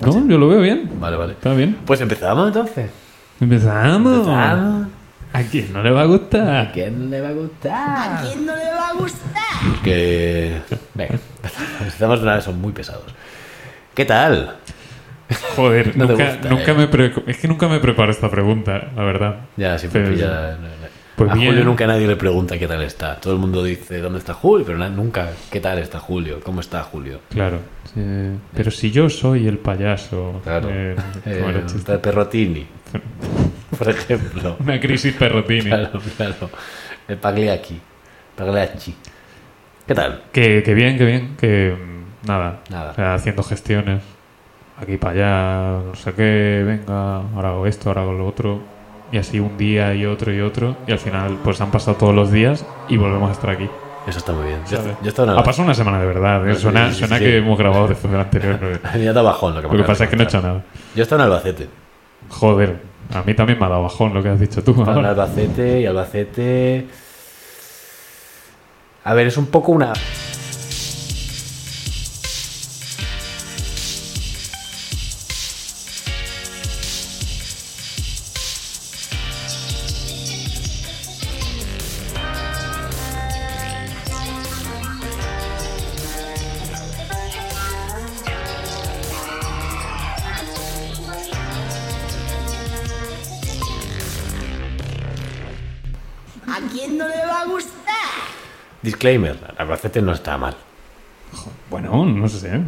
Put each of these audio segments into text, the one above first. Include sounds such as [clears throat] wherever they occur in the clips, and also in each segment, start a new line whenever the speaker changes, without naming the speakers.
No, yo lo veo bien.
Vale, vale.
Está bien.
Pues empezamos entonces.
Empezamos.
Empezamos.
¿A quién no le va a gustar?
quién le va a gustar?
quién no le va a gustar?
Que. Venga, empezamos de una vez, son muy pesados. ¿Qué tal?
Joder,
No te
nunca,
gusta,
nunca
eh.
me pre- es que nunca me preparo esta pregunta, la verdad.
Ya, siempre
Pero-
pilla.
Pues
a
bien.
Julio nunca nadie le pregunta qué tal está. Todo el mundo dice dónde está Julio, pero na- nunca qué tal está Julio, cómo está Julio.
Claro. Eh, pero si yo soy el payaso.
Claro.
eh,
Eh,
como era chiste.
está Perrotini, por ejemplo.
Una crisis perrotini.
Claro, claro. El Pagliacci. Pagliacci. ¿Qué tal?
Que, que bien, que bien, que mm, nada.
Nada.
O sea, haciendo gestiones. Aquí para allá, no sé qué, venga, ahora hago esto, ahora hago lo otro. Y así un día y otro y otro. Y al final, pues han pasado todos los días y volvemos a estar aquí.
Eso está muy bien. Yo,
¿sabes?
yo estaba en
Ha pasado una semana de verdad. ¿eh?
Sí,
Suena,
sí, sí,
suena
sí.
que hemos grabado después del
[laughs]
anterior. pero-
Me ha dado bajón lo que me
Lo que pasa
acabas de
es que no he
contar.
hecho nada.
Yo estaba en Albacete.
Joder, a mí también me ha dado bajón lo que has dicho tú.
Estaba en
ahora.
Albacete y Albacete. A ver, es un poco una.
¿A quién no le va a gustar?
Disclaimer: Albacete no está mal.
Bueno, no sé. ¿eh?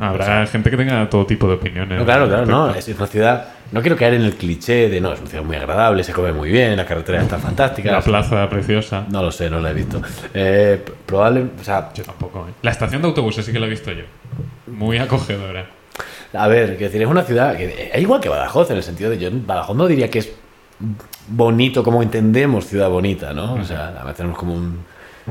Habrá gente que tenga todo tipo de opiniones.
No, claro, claro, no.
respecto.
Es una ciudad. No quiero caer en el cliché de no, es una ciudad muy agradable, se come muy bien, la carretera está fantástica.
La plaza preciosa.
No lo sé, no la he visto. Eh, probable, o sea,
Yo tampoco. ¿eh? La estación de autobuses sí que la he visto yo. Muy acogedora.
a ver, quiero decir, es una ciudad que es igual que Badajoz en el sentido de yo en Badajoz no diría que es bonito como entendemos ciudad bonita, ¿no? O sea, además tenemos como un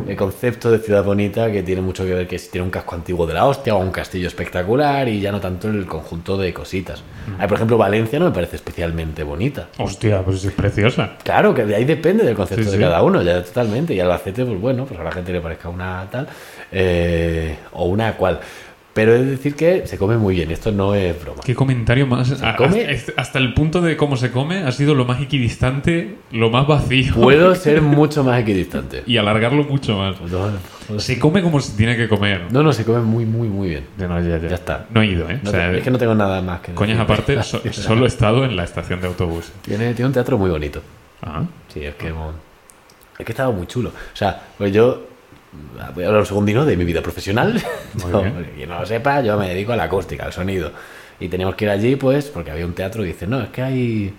eh, concepto de ciudad bonita que tiene mucho que ver que si tiene un casco antiguo de la hostia o un castillo espectacular y ya no tanto el conjunto de cositas. Ah, por ejemplo, Valencia no me parece especialmente bonita.
Hostia, pues es preciosa.
Claro, que de ahí depende del concepto
Sí,
de
sí.
cada uno, ya totalmente. Y Albacete, pues bueno, pues a la gente le parezca una tal eh, o una cual. Pero es decir que se come muy bien, esto no es broma.
Qué comentario más. A-
come?
hasta- este, Hasta el punto de cómo se come ha sido lo más equidistante, lo más vacío.
Puedo ser mucho más equidistante.
[laughs] Y alargarlo mucho más.
No, no,
Se come como se tiene que comer.
no, no, se come muy, muy, muy bien.
Ya, no, ya,
Ya está.
No he ido, ¿eh?
No
o sea,
te- es que no tengo nada más que
coñas
decir.
aparte,
[laughs]
so- solo he estado en la estación de autobús.
Tiene, tiene un teatro muy bonito.
Ah,
Sí, es que, mon- es que estaba muy chulo. O sea, pues yo ah, voy a hablar un segundino de mi vida profesional. [laughs]
Muy
No,
bien.
porque quien no lo sepa, yo me dedico a la acústica, al sonido. Y teníamos que ir allí, pues, porque había un teatro y dicen, no, es que hay,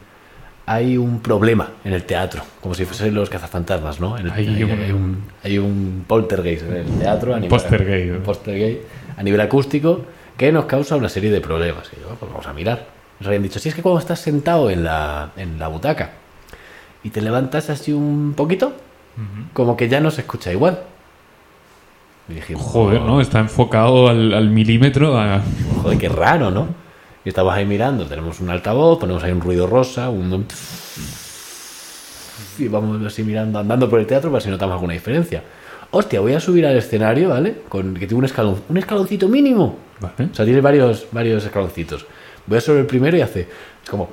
hay un problema en el teatro, como si fuesen los cazafantasmas, ¿no? En el-
Hay un-
hay un poltergeist en el teatro. A nivel,
Postergate.
un postergate a nivel acústico que nos causa una serie de problemas. Y yo, pues vamos a mirar. Nos habían dicho, si es que cuando estás sentado en la, en la butaca y te levantas así un poquito, como que ya no se escucha igual. Y dije,
joder, ¿no? Está enfocado al, al milímetro. a-
Joder, qué raro, ¿no? Y estamos ahí mirando, tenemos un altavoz, ponemos ahí un ruido rosa, un... Y vamos así mirando, andando por el teatro para ver si notamos alguna diferencia. Hostia, voy a subir al escenario, ¿vale? Con que tengo un escalón, un escaloncito mínimo.
Vale.
O sea, tiene varios, varios escaloncitos. Voy a sobre el primero y hace como...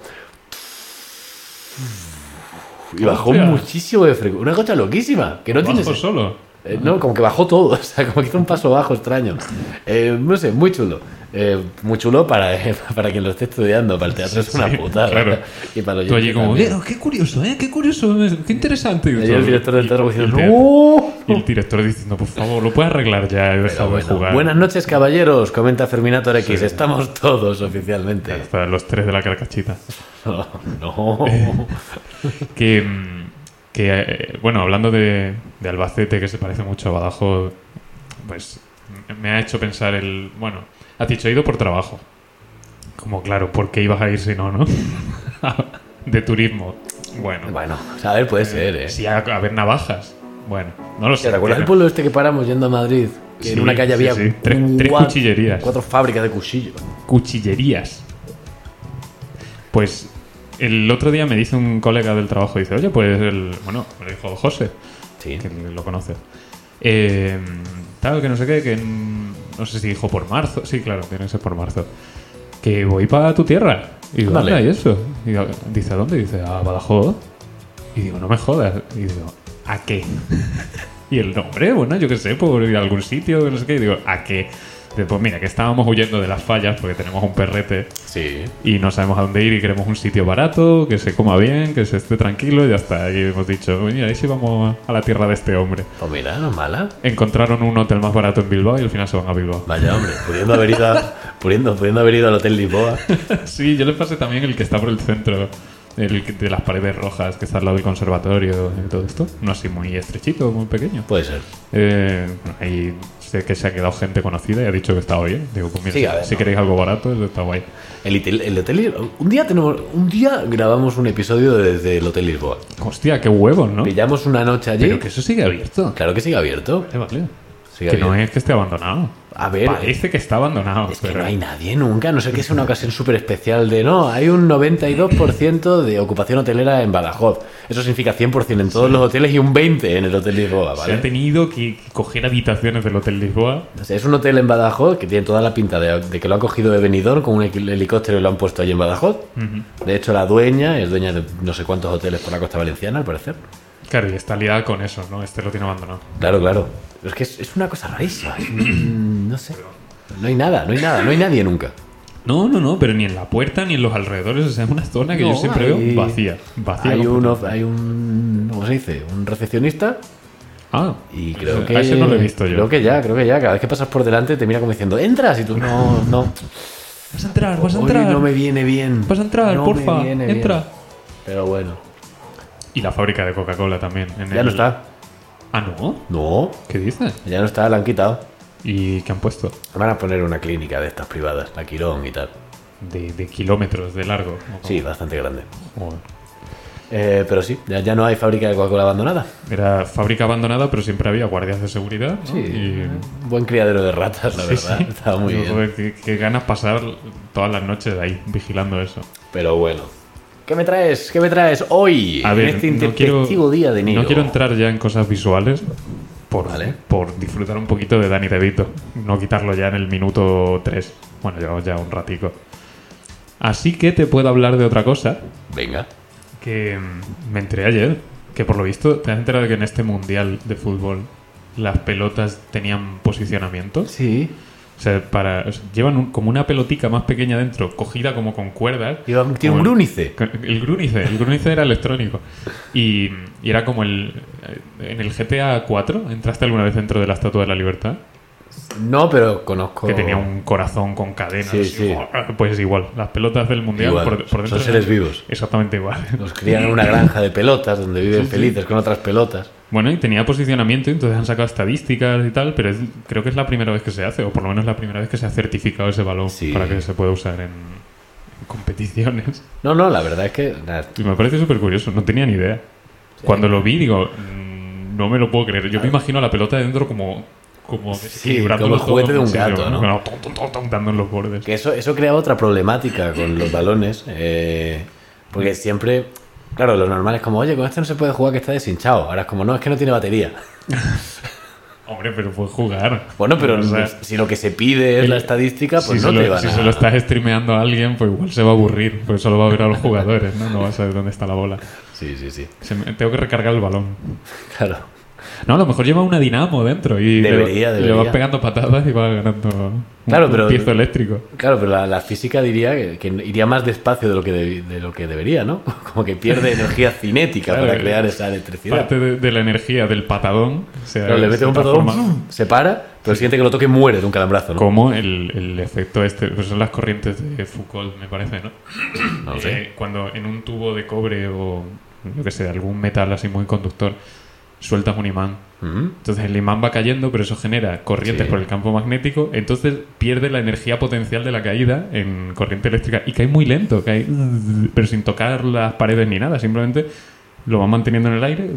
Y bajó
Hostia.
muchísimo de frecuencia. Una cosa loquísima, que no tiene
Bajo solo.
eh, no, como que bajó todo, [laughs] o sea, como que hizo un paso bajo extraño. Eh, no sé, muy chulo. Eh, muy chulo para, [laughs] para quien lo esté estudiando, para el teatro es una
sí,
putada.
claro.
[laughs] Y para los
Tú allí como,
también.
"Pero qué curioso, ¿eh? Qué curioso, qué interesante.
Y el director del teatro
Y el
diciendo, "Uh".
teatro-
"No".
y el director diciendo, por favor, lo puedes arreglar ya, he dejado
Bueno,
de jugar.
Buenas noches, caballeros, comenta Ferminator X.
Sí.
Estamos todos oficialmente.
Hasta los tres de la carcachita.
No, [laughs] no.
Eh. Que, mm, que, eh, bueno, hablando de, de Albacete, que se parece mucho a Badajoz, pues m- me ha hecho pensar el. Bueno, has dicho, he ido por trabajo. Como, claro, ¿por qué ibas a ir si no, [laughs] no? de turismo. Bueno,
Bueno, o sea, a ver, puede ser, ¿eh?
si a, a ver navajas. Bueno, no lo sé.
¿Te acuerdas del
tiene-
pueblo este que paramos yendo a Madrid? Que
Sí,
en una calle
sí,
había
sí. Tres-
cuatro-
tres cuchillerías.
Cuatro fábricas de cuchillos.
cuchillerías. Pues el otro día me dice un colega del trabajo, dice, oye, pues el, bueno, me lo dijo José,
Sí.
que lo conoces. Eh, tal, que no sé qué, que en- no sé si dijo por marzo, sí, claro, tiene que ser por marzo. que voy para tu tierra. Y digo,
Vale.
"Anda, ¿y eso? Y digo, dice, ¿a dónde? Y dice, a Badajoz. Y digo, no me jodas. Y digo, ¿a qué? [laughs] y el nombre, bueno, yo qué sé, por ir a algún sitio, no sé qué. Y digo, ¿a qué? Dice, Pues mira, que estábamos huyendo de las fallas porque tenemos un perrete
Sí.
y no sabemos a dónde ir y queremos un sitio barato, que se coma bien, que se esté tranquilo y ya está. Y hemos dicho, mira, ¿y si vamos a la tierra de este hombre?
Pues mira, no es mala.
Encontraron un hotel más barato en Bilbao y al final se van a Bilbao.
Vaya, hombre, pudiendo haber ido, a- pudiendo, pudiendo haber ido al Hotel Lisboa.
[laughs] sí, yo les pasé también el que está por el centro, el que- de las paredes rojas, que está al lado del conservatorio y todo esto. No así muy estrechito, muy pequeño.
Puede ser.
Eh, bueno, ahí sé que se ha quedado gente conocida y ha dicho que está bien. Digo, pues mira,
Sí, a ver,
si
¿no?
queréis algo barato, eso está guay.
El, itel- el Hotel Lisboa. Un día, tenemos, un día grabamos un episodio desde el Hotel Lisboa.
Hostia, qué huevos, ¿no?
Pillamos una noche allí.
Pero que eso sigue abierto.
Claro que sigue abierto.
Vale, vale.
Sigue
que no
abierto.
es que esté abandonado.
A ver,
Parece que está abandonado.
Es que
pero-
no hay nadie nunca, no sé qué es una ocasión súper especial de no, hay un 92% de ocupación hotelera en Badajoz. Eso significa 100% en todos los hoteles y un 20% en el Hotel Lisboa,
Se ha
¿vale?
tenido que que coger habitaciones del Hotel Lisboa.
O sea, es un hotel en Badajoz que tiene toda la pinta de, de que lo han cogido de Benidorm con un heli- helicóptero y lo han puesto allí en Badajoz. De hecho, la dueña es dueña de no sé cuántos hoteles por la costa valenciana, al parecer.
Claro, y está liada con eso, ¿no? Este lo tiene abandonado.
Claro, claro. Pero es que es, es una cosa rarísima. es un- no sé. No hay nada, no hay nada, no hay nadie nunca.
No, no, no, pero ni en la puerta ni en los alrededores. O sea, es una zona que
No,
yo siempre
hay-
veo vacía. vacía
Hay
completamente.
uno, hay un, ¿cómo se dice? Un recepcionista
Ah,
Y creo
ese-
que.
a ese no lo he visto yo.
Creo que ya, creo que ya. Cada vez que pasas por delante te mira como diciendo, entras y tú no, no.
Vas a entrar, vas a
Hoy
Pues entrar.
no me viene bien.
Vas a entrar,
No me
porfa.
viene bien".
Entra.
Pero bueno,
Y la fábrica de Coca-Cola también. en
ya
el-
no está.
Ah, no.
No,
¿Qué dices?
ya no está, la han quitado.
¿Y qué han puesto?
Van a poner una clínica de estas privadas, la Quirón y tal.
De, de kilómetros de largo. ¿o cómo?
Sí, bastante grande.
Joder.
Eh, pero sí, ya, ya no hay fábrica de Coca-Cola abandonada.
Era fábrica abandonada, pero siempre había guardias de seguridad. ¿no?
Sí,
Y-
un buen criadero de ratas, la
Sí,
verdad.
sí.
Estaba muy
Yo,
bien.
joder, qué, qué ganas pasar todas las noches ahí vigilando eso.
Pero bueno. ¿Qué me traes? ¿Qué me traes hoy?
A
en
ver,
este
no quiero,
intempestivo día de Niro.
no quiero entrar ya en cosas visuales por,
Vale.
por disfrutar un poquito de Dani DeVito. No quitarlo ya en el minuto 3. Bueno, llevamos ya un ratico. Así que te puedo hablar de otra cosa
Venga.
que mm, me enteré ayer. Que por lo visto, ¿te has enterado de que en este mundial de fútbol las pelotas tenían posicionamiento?
Sí.
O sea, para, o sea, llevan un- como una pelotica más pequeña dentro, cogida como con cuerdas.
Lleva-
Como
tiene un
el-
grúnice.
con- El grunice, el grunice era electrónico. Y, y era como el. En el GTA 4, ¿entraste alguna vez dentro de la Estatua de la Libertad?
No, pero conozco.
Que tenía un corazón con cadenas.
Oh. Sí,
y-
sí.
Pues igual, las pelotas del mundial
Igual,
por, por dentro.
son seres vivos.
Exactamente igual. [laughs]
Los crían en una granja de pelotas donde viven felices con otras pelotas.
Bueno, y tenía posicionamiento, entonces han sacado estadísticas y tal, pero es- creo que es la primera vez que se hace, o por lo menos la primera vez que se ha certificado ese balón
Sí.
para que se pueda usar en, en competiciones.
No, no, la verdad es que. nada,
Y me parece súper curioso, no tenía ni idea. Cuando lo vi, digo, "Mm, no me lo puedo creer. Yo me imagino la pelota de dentro como. Como, desequilibrándolo
como el juguete
todo
de un
en serio,
gato, ¿no?
Como ton, ton, ton, ton, dando en los bordes.
que eso, eso crea otra problemática con los balones. eh, porque siempre. Claro, lo normal es como, oye, con este no se puede jugar que está deshinchado. Ahora es como, no, es que no tiene batería.
Hombre, pero puedes jugar.
Bueno, pero
O sea,
si lo que se pide es
el-
la estadística, pues
si
no
se
te
lo,
van
si
a-
se lo estás streameando a alguien, pues igual se va a aburrir, pues solo va a ver a los jugadores, ¿no? No va a saber dónde está la bola.
Sí, sí, sí.
Se me- tengo que recargar el balón.
Claro.
No, a lo mejor lleva una dinamo dentro y le-
Debería,
le,
debería.
vas pegando patadas y vas ganando un,
Claro,
un
pero-
piezo eléctrico.
Claro, pero la, la física diría que, que iría más despacio de lo que, de- de lo que debería, ¿no? [laughs] Como que
[laughs]
pierde energía cinética
Claro,
para crear
eh,
esa electricidad.
Parte de, de la energía del patadón. se-
Claro, le mete
se
un patadón,
transforma-
¡pum! se para, pero el siguiente que lo toque muere de un calambrazo, ¿no?
Como el, el efecto este, pues son las corrientes de Foucault, me parece, ¿no?
No lo sé.
Eh, cuando en un tubo de cobre o yo que sé, algún metal así muy conductor, sueltas un imán.
Mm.
Entonces el imán va cayendo, pero eso genera corrientes
Sí.
por el campo magnético, entonces pierde la energía potencial de la caída en corriente eléctrica y cae muy lento, cae, pero sin tocar las paredes ni nada, simplemente lo va manteniendo en el aire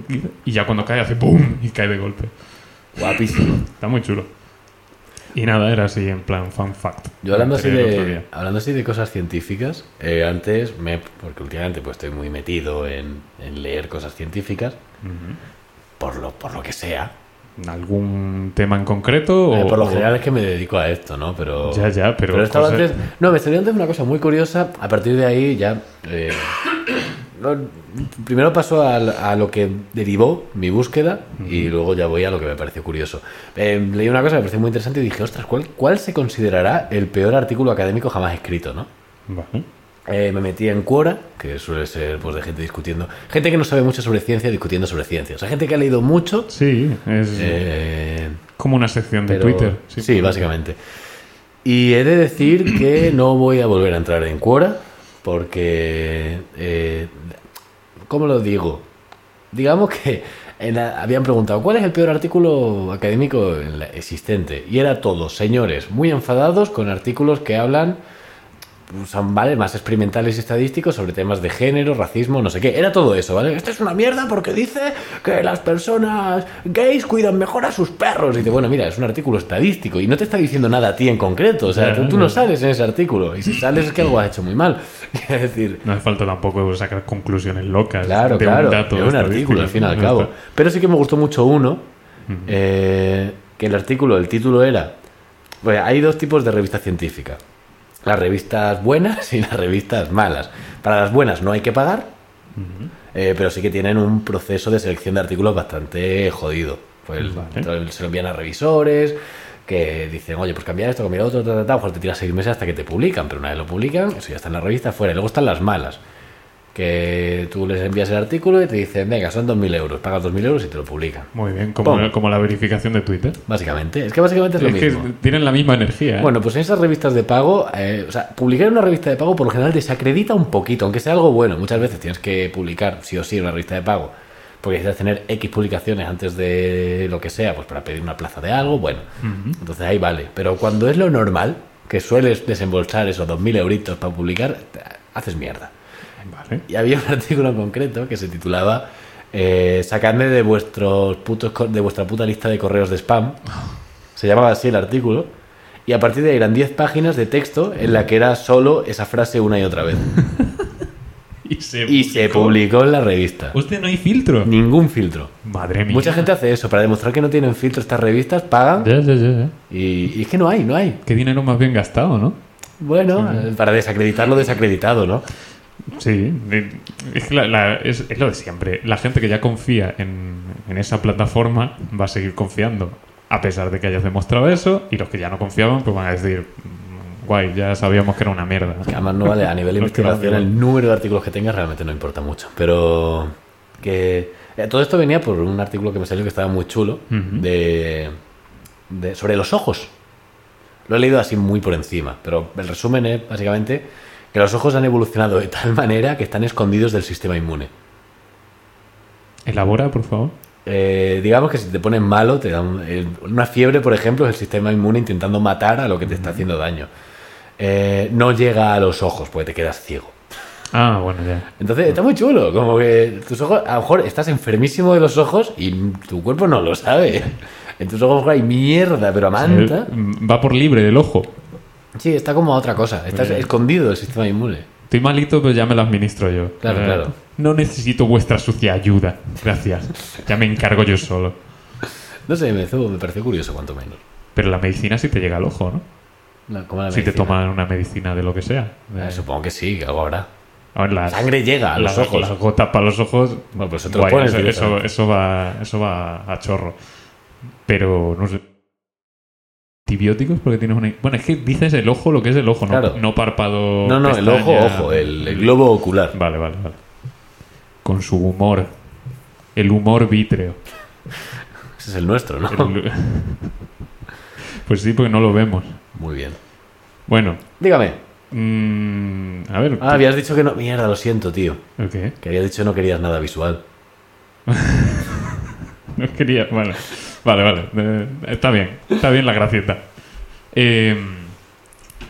y ya cuando cae hace ¡pum! y cae de golpe.
Guapísimo.
Está muy chulo. Y nada, era así en plan fun fact.
Yo hablando así,
Enteré el otro día.
de, hablando así de cosas científicas, eh, antes, me, porque últimamente pues estoy muy metido en, en leer cosas científicas,
Ujú.
por lo, por lo que sea,
algún tema en concreto?
Eh,
o,
por lo
o-
general es que me dedico a esto, ¿no? Pero,
Ya, ya, pero
he estado
cosas-
antes. No, me salió antes una cosa muy curiosa. A partir de ahí ya. eh, no, primero paso al- a, lo que derivó mi búsqueda y luego ya voy a lo que me pareció curioso. Eh, leí una cosa que me pareció muy interesante y dije, ostras, ¿cuál, ¿cuál se considerará el peor artículo académico jamás escrito, no?
Vale.
Eh, me metí en Quora, que suele ser pues, de gente discutiendo. Gente que no sabe mucho sobre ciencia discutiendo sobre ciencia. O sea, gente que ha leído mucho.
Sí, es
eh,
como una sección de
pero-
Twitter.
Sí, básicamente. Y he de decir que no voy a volver a entrar en Quora porque... eh, ¿Cómo lo digo? Digamos que [laughs] en la- habían preguntado cuál es el peor artículo académico en la- existente. Y era todo, señores, muy enfadados con artículos que hablan... pues, Son, ¿vale? Más experimentales y estadísticos sobre temas de género, racismo, no sé qué. Era todo eso, ¿vale? Esto es una mierda porque dice que las personas gays cuidan mejor a sus perros. Y dice, bueno, mira, es un artículo estadístico y no te está diciendo nada a ti en concreto. O sea,
Ya,
tú, tú
ya.
no sales en ese artículo. Y si sales es que algo has hecho muy mal. [laughs] Es decir,
No hace falta tampoco sacar conclusiones locas
Claro,
de
claro.
un dato.
es un artículo, al fin y al cabo. Pero sí que me gustó mucho uno, eh, que el artículo, el título era... Bueno, hay dos tipos de revista científica. Las revistas buenas y las revistas malas. Para las buenas no hay que pagar, eh, pero sí que tienen un proceso de selección de artículos bastante jodido. Pues el-
Vale.
se lo envían a revisores que dicen, oye, pues cambiar esto, cambiar otro, ta, ta, ta. A lo mejor te tiras seis meses hasta que te publican, pero una vez lo publican, eso ya está en la revista fuera. Y luego están las malas que tú les envías el artículo y te dicen, venga, son 2.000 euros, pagas 2.000 euros y te lo publican.
Muy bien, como,
Pum.
como la verificación de Twitter.
Básicamente, es que básicamente es lo
Es que
mismo.
tienen la misma energía. ¿eh?
Bueno, pues en esas revistas de pago, eh, o sea, publicar en una revista de pago por lo general desacredita un poquito, aunque sea algo bueno. Muchas veces tienes que publicar sí o sí en una revista de pago, porque necesitas tener X publicaciones antes de lo que sea, pues para pedir una plaza de algo, bueno. Entonces ahí vale. Pero cuando es lo normal, que sueles desembolsar esos 2.000 euritos para publicar, te- haces mierda.
Vale.
Y había un [laughs] artículo en concreto que se titulaba eh, Sacadme de vuestros putos co- de vuestra puta lista de correos de spam. Se llamaba así el artículo. Y a partir de ahí eran 10 páginas de texto en la que era solo esa frase una y otra vez.
Y se, [laughs]
Y se publicó en la revista.
Hostia, no hay filtro.
Ningún filtro.
Madre mía.
Mucha gente hace eso. Para demostrar que no tienen filtro estas revistas, pagan.
Ya, ya, ya, ya.
Y, y es que no hay, no hay.
Qué dinero más bien gastado, ¿no?
Bueno, eh, para desacreditar lo desacreditado, ¿no?
Sí, de- es, que la- la- es, es lo de siempre. La gente que ya confía en, en esa plataforma va a seguir confiando, a pesar de que hayas demostrado eso, y los que ya no confiaban, pues van a decir, "Mm, guay, ya sabíamos que era una mierda.
Que además no vale, a nivel de
Los que
investigación
van,
el número de artículos que tengas realmente no importa mucho. Pero que eh, todo esto venía por un artículo que me salió que estaba muy chulo
Ujú.
de, de- sobre los ojos. Lo he leído así muy por encima, pero el resumen es básicamente que los ojos han evolucionado de tal manera que están escondidos del sistema inmune.
Elabora, por favor.
Eh, digamos que si te pones malo, te da un- eh, una fiebre, por ejemplo, es el sistema inmune intentando matar a lo que te está haciendo daño. Eh, no llega a los ojos porque te quedas ciego.
Ah, bueno, ya.
Entonces está muy chulo, como que tus ojos, a lo mejor estás enfermísimo de los ojos y tu cuerpo no lo sabe. En tus ojos hay mierda, pero a manta.
Mm, Va por libre del ojo.
Sí, está como a otra cosa, está
Bien.
escondido el sistema inmune.
Estoy malito, pero ya me lo administro yo.
Claro,
Eh,
claro.
No necesito vuestra sucia ayuda. Gracias. Ya me encargo yo solo.
No sé, me, hizo- me pareció curioso cuanto menos.
Pero la medicina sí te llega al ojo, ¿no?
La- como la
Si te
medicina.
toman una medicina de lo que sea. De-
Eh, supongo que sí, que algo habrá.
A ver, las-
La sangre llega a los
las-
ojos.
Las gotas para los ojos.
Bueno, pues eso te lo pones
eso, eso,
directamente.
eso va, eso va a chorro. Pero no sé. Antibióticos porque tienes una. Bueno, es que dices el ojo lo que es el ojo, no,
Claro.
no párpado.
No, no, el ojo,
pestaña.
ojo, el, el globo ocular.
Vale, vale, vale. Con su humor. El humor vítreo.
Ese es el nuestro, ¿no?
El- [laughs] pues sí, porque no lo vemos.
[laughs] Muy bien.
Bueno,
Dígame.
mm, a ver.
Ah, habías dicho que no. Mierda, lo siento, tío.
¿el qué?
Que habías dicho que no querías nada visual.
No quería. Vale, vale, vale. Eh, está bien. Está bien la gracieta. Eh,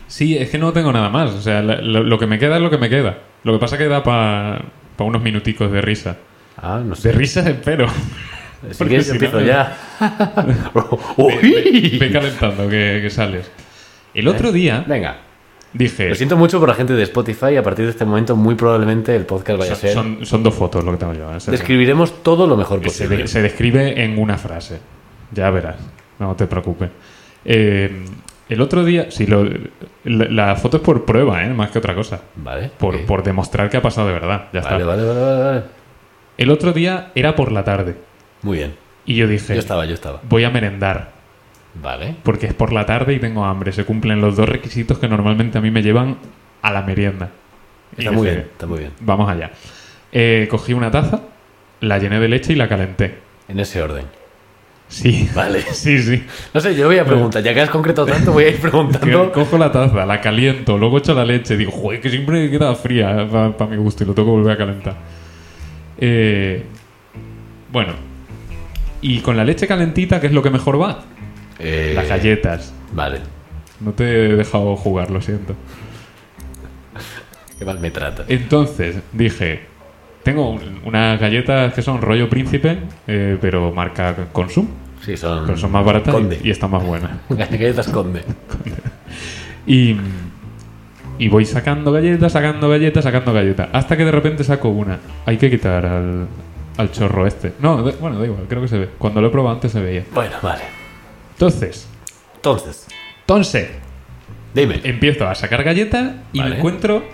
sí, es que no tengo nada más. O sea, la- lo, lo que me queda es lo que me queda. Lo que pasa que da para unos minuticos de risa.
Ah, no sé.
De risas espero.
Si
Porque
quieres
si
empiezo
no-
ya.
Ve, ve
[laughs] Uy.
calentando que, que sales. El
Eh,
otro día
Venga.
dije.
Lo siento mucho por la gente de Spotify. A partir de este momento, muy probablemente el podcast vaya a
Son,
ser.
son- son dos fotos lo que tengo yo. ¿eh? Se-
Describiremos todo lo mejor
se, de-
posible.
se describe en una frase. Ya verás, no te preocupes. Eh, el otro día, sí, lo- la, la foto es por prueba, ¿eh? más que otra cosa.
Vale.
Por,
ok.
por demostrar que ha pasado de verdad. Ya
Vale,
está.
vale, vale, vale, vale.
El otro día era por la tarde.
Muy bien.
Y yo dije,
Yo estaba, yo estaba.
voy a merendar.
Vale.
Porque es por la tarde y tengo hambre. Se cumplen los dos requisitos que normalmente a mí me llevan a la merienda. Y
Está muy
dije,
bien, está muy bien.
Vamos allá. Eh, cogí una taza, la llené de leche y la calenté.
En ese orden.
Sí.
Vale.
[laughs]
[laughs]
Sí, sí.
No sé, yo voy a preguntar. Ya que has concretado
[laughs]
tanto, voy a ir
Que
preguntando.
Cojo la taza, la caliento, luego echo la leche. Digo, joder, que siempre queda fría para mi gusto y lo tengo que volver a calentar. Eh, bueno. Y con la leche calentita, ¿qué es lo que mejor va?
Eh,
Las galletas.
Vale.
No te he dejado jugar, lo siento.
Qué mal me trata.
Entonces dije, tengo un- unas galletas que son rollo príncipe, eh, pero marca Consum,
Sí, son.
pero son más baratas
Conde. [laughs]
y están más buenas.
Galletas conde.
Y, y voy sacando galletas, sacando galletas, sacando galletas, hasta que de repente saco una. Hay que quitar al, al chorro este. No, da- bueno, da igual, creo que se ve. Cuando lo he probado antes se veía.
Bueno, vale.
Entonces,
Entonces,
entonces,
dime.
empiezo a sacar galletas y
Vale.
me encuentro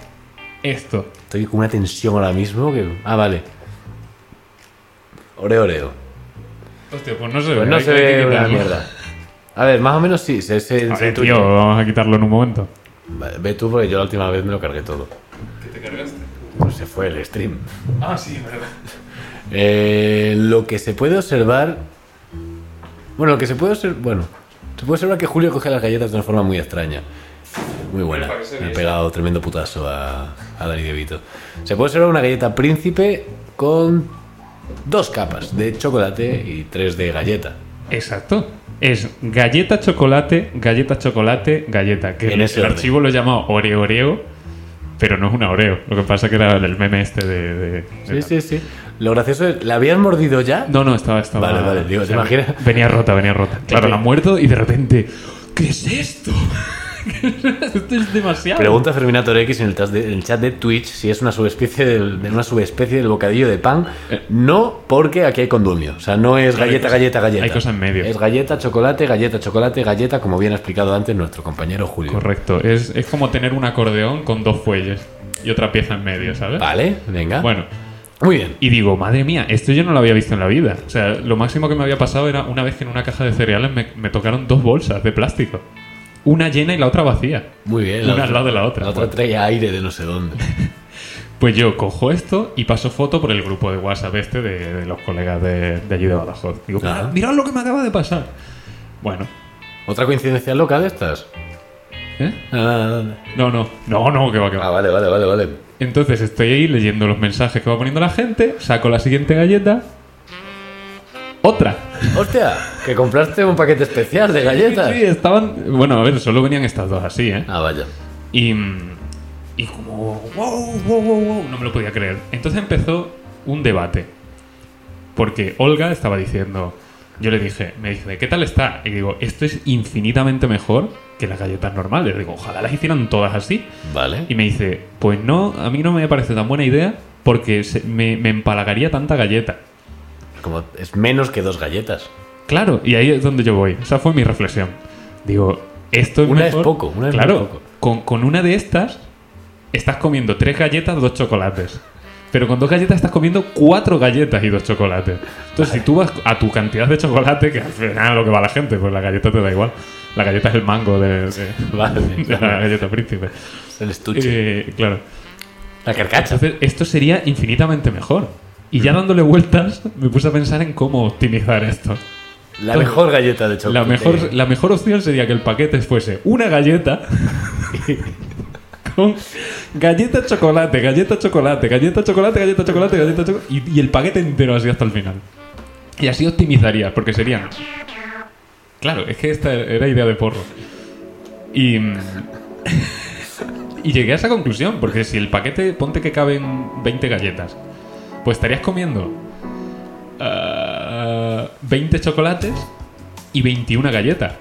esto.
Estoy con una tensión ahora mismo que. Ah, vale. Oreo, oreo.
Hostia, pues no se ve.
Pues no
hay-
se
hay que
ve una
quitarlo.
mierda. A ver, más o menos sí. Se, se,
A
se
ver,
intuye.
tío, vamos a quitarlo en un momento.
Vale, Ve tú, porque yo la última vez me lo cargué todo.
¿Qué te cargaste?
Pues se fue el stream.
Ah, sí, verdad.
Eh, lo que se puede observar. Bueno, lo que se puede observar. Bueno, se puede observar que Julio coge las galletas de una forma muy extraña. Muy buena.
Para que se
Me ha
viese.
pegado tremendo putazo a, a Dani De Vito. Se puede observar una galleta príncipe con dos capas de chocolate y tres de galleta.
Exacto. Es galleta chocolate, galleta chocolate, galleta. Que
En
el,
ese
el
orden.
archivo lo he llamado Oreo Oreo, pero no es una Oreo. Lo que pasa que era el meme este de. de- de-
Sí, sí, sí. Lo gracioso es. ¿La habían mordido ya?
No, no, estaba, estaba.
Vale, vale, digo, ¿te imaginas?
Venía rota, venía rota. Claro, la ha muerto y de repente. ¿Qué es esto? [laughs] esto es demasiado.
Pregunta Ferminator X en el, tas- de- en el chat de Twitch si es una subespecie del, de una subespecie del bocadillo de pan. No, porque aquí hay condumio. O sea, no es
Eh. Claro, hay
galleta,
cosas-
galleta, galleta.
hay cosas en medio.
Es galleta, chocolate, galleta, chocolate, galleta, como bien ha explicado antes nuestro compañero Julio.
Correcto. Es, es como tener un acordeón con dos fuelles y otra pieza en medio, ¿sabes?
Vale, venga.
Bueno,
Muy bien.
Y digo, madre mía, esto yo no lo había visto en la vida. O sea, lo máximo que me había pasado era una vez que en una caja de cereales me, me tocaron dos bolsas de plástico. Una llena y la otra vacía.
Muy bien.
Una al lado de la otra.
La otra
Bueno.
trae aire de no sé dónde.
Pues yo cojo esto y paso foto por el grupo de WhatsApp este de, de los colegas de, de allí de Badajoz. Digo,
Ajá.
"Mirad- mirad lo que me acaba de pasar. Bueno,
¿Otra coincidencia loca de estas?
¿eh?
Ah,
No, no, no, no, que va, que va.
vale, vale, vale, vale.
Entonces estoy ahí leyendo los mensajes que va poniendo la gente, saco la siguiente galleta. Otra.
Hostia, que compraste un paquete especial de galletas.
Sí, estaban. Bueno, a ver, solo venían estas dos así, ¿eh?
Ah, vaya.
Y, mm, y como, wow, wow, wow, wow, no me lo podía creer. Entonces empezó un debate. Porque Olga estaba diciendo, yo le dije, me dice, ¿qué tal está? Y digo, esto es infinitamente mejor que las galletas normales. Digo, ojalá las hicieran todas así.
Vale.
Y me dice, pues no, a mí no me parece tan buena idea porque se- me, me empalagaría tanta galleta.
Como es menos que dos galletas.
Claro, y ahí es donde yo voy. Esa fue mi reflexión. Digo, esto es
Una es
mejor.
poco, una es muy
claro,
poco.
Con, con una de estas estás comiendo tres galletas, dos chocolates. Pero con dos galletas estás comiendo cuatro galletas y dos chocolates. Entonces, si tú vas a tu cantidad de chocolate, que al final es lo que va la gente, pues la galleta te da igual. La galleta es el mango de, de- [laughs]
Vale.
de la galleta príncipe.
El estuche.
Eh, claro.
la carcacha.
Entonces, esto sería infinitamente mejor. Y ya dándole vueltas, me puse a pensar en cómo optimizar esto.
La mejor galleta de
eh, La
chocolate.
mejor, la mejor opción sería que el paquete fuese una galleta [laughs] con galleta chocolate, galleta chocolate, galleta chocolate, galleta chocolate, galleta chocolate y, y el paquete entero así hasta el final. Y así optimizaría, porque serían... Claro, es que esta era idea de porro. Y... mm, y llegué a esa conclusión, porque si el paquete, ponte que caben 20 galletas, pues estarías comiendo ah, 20 chocolates y 21 galletas.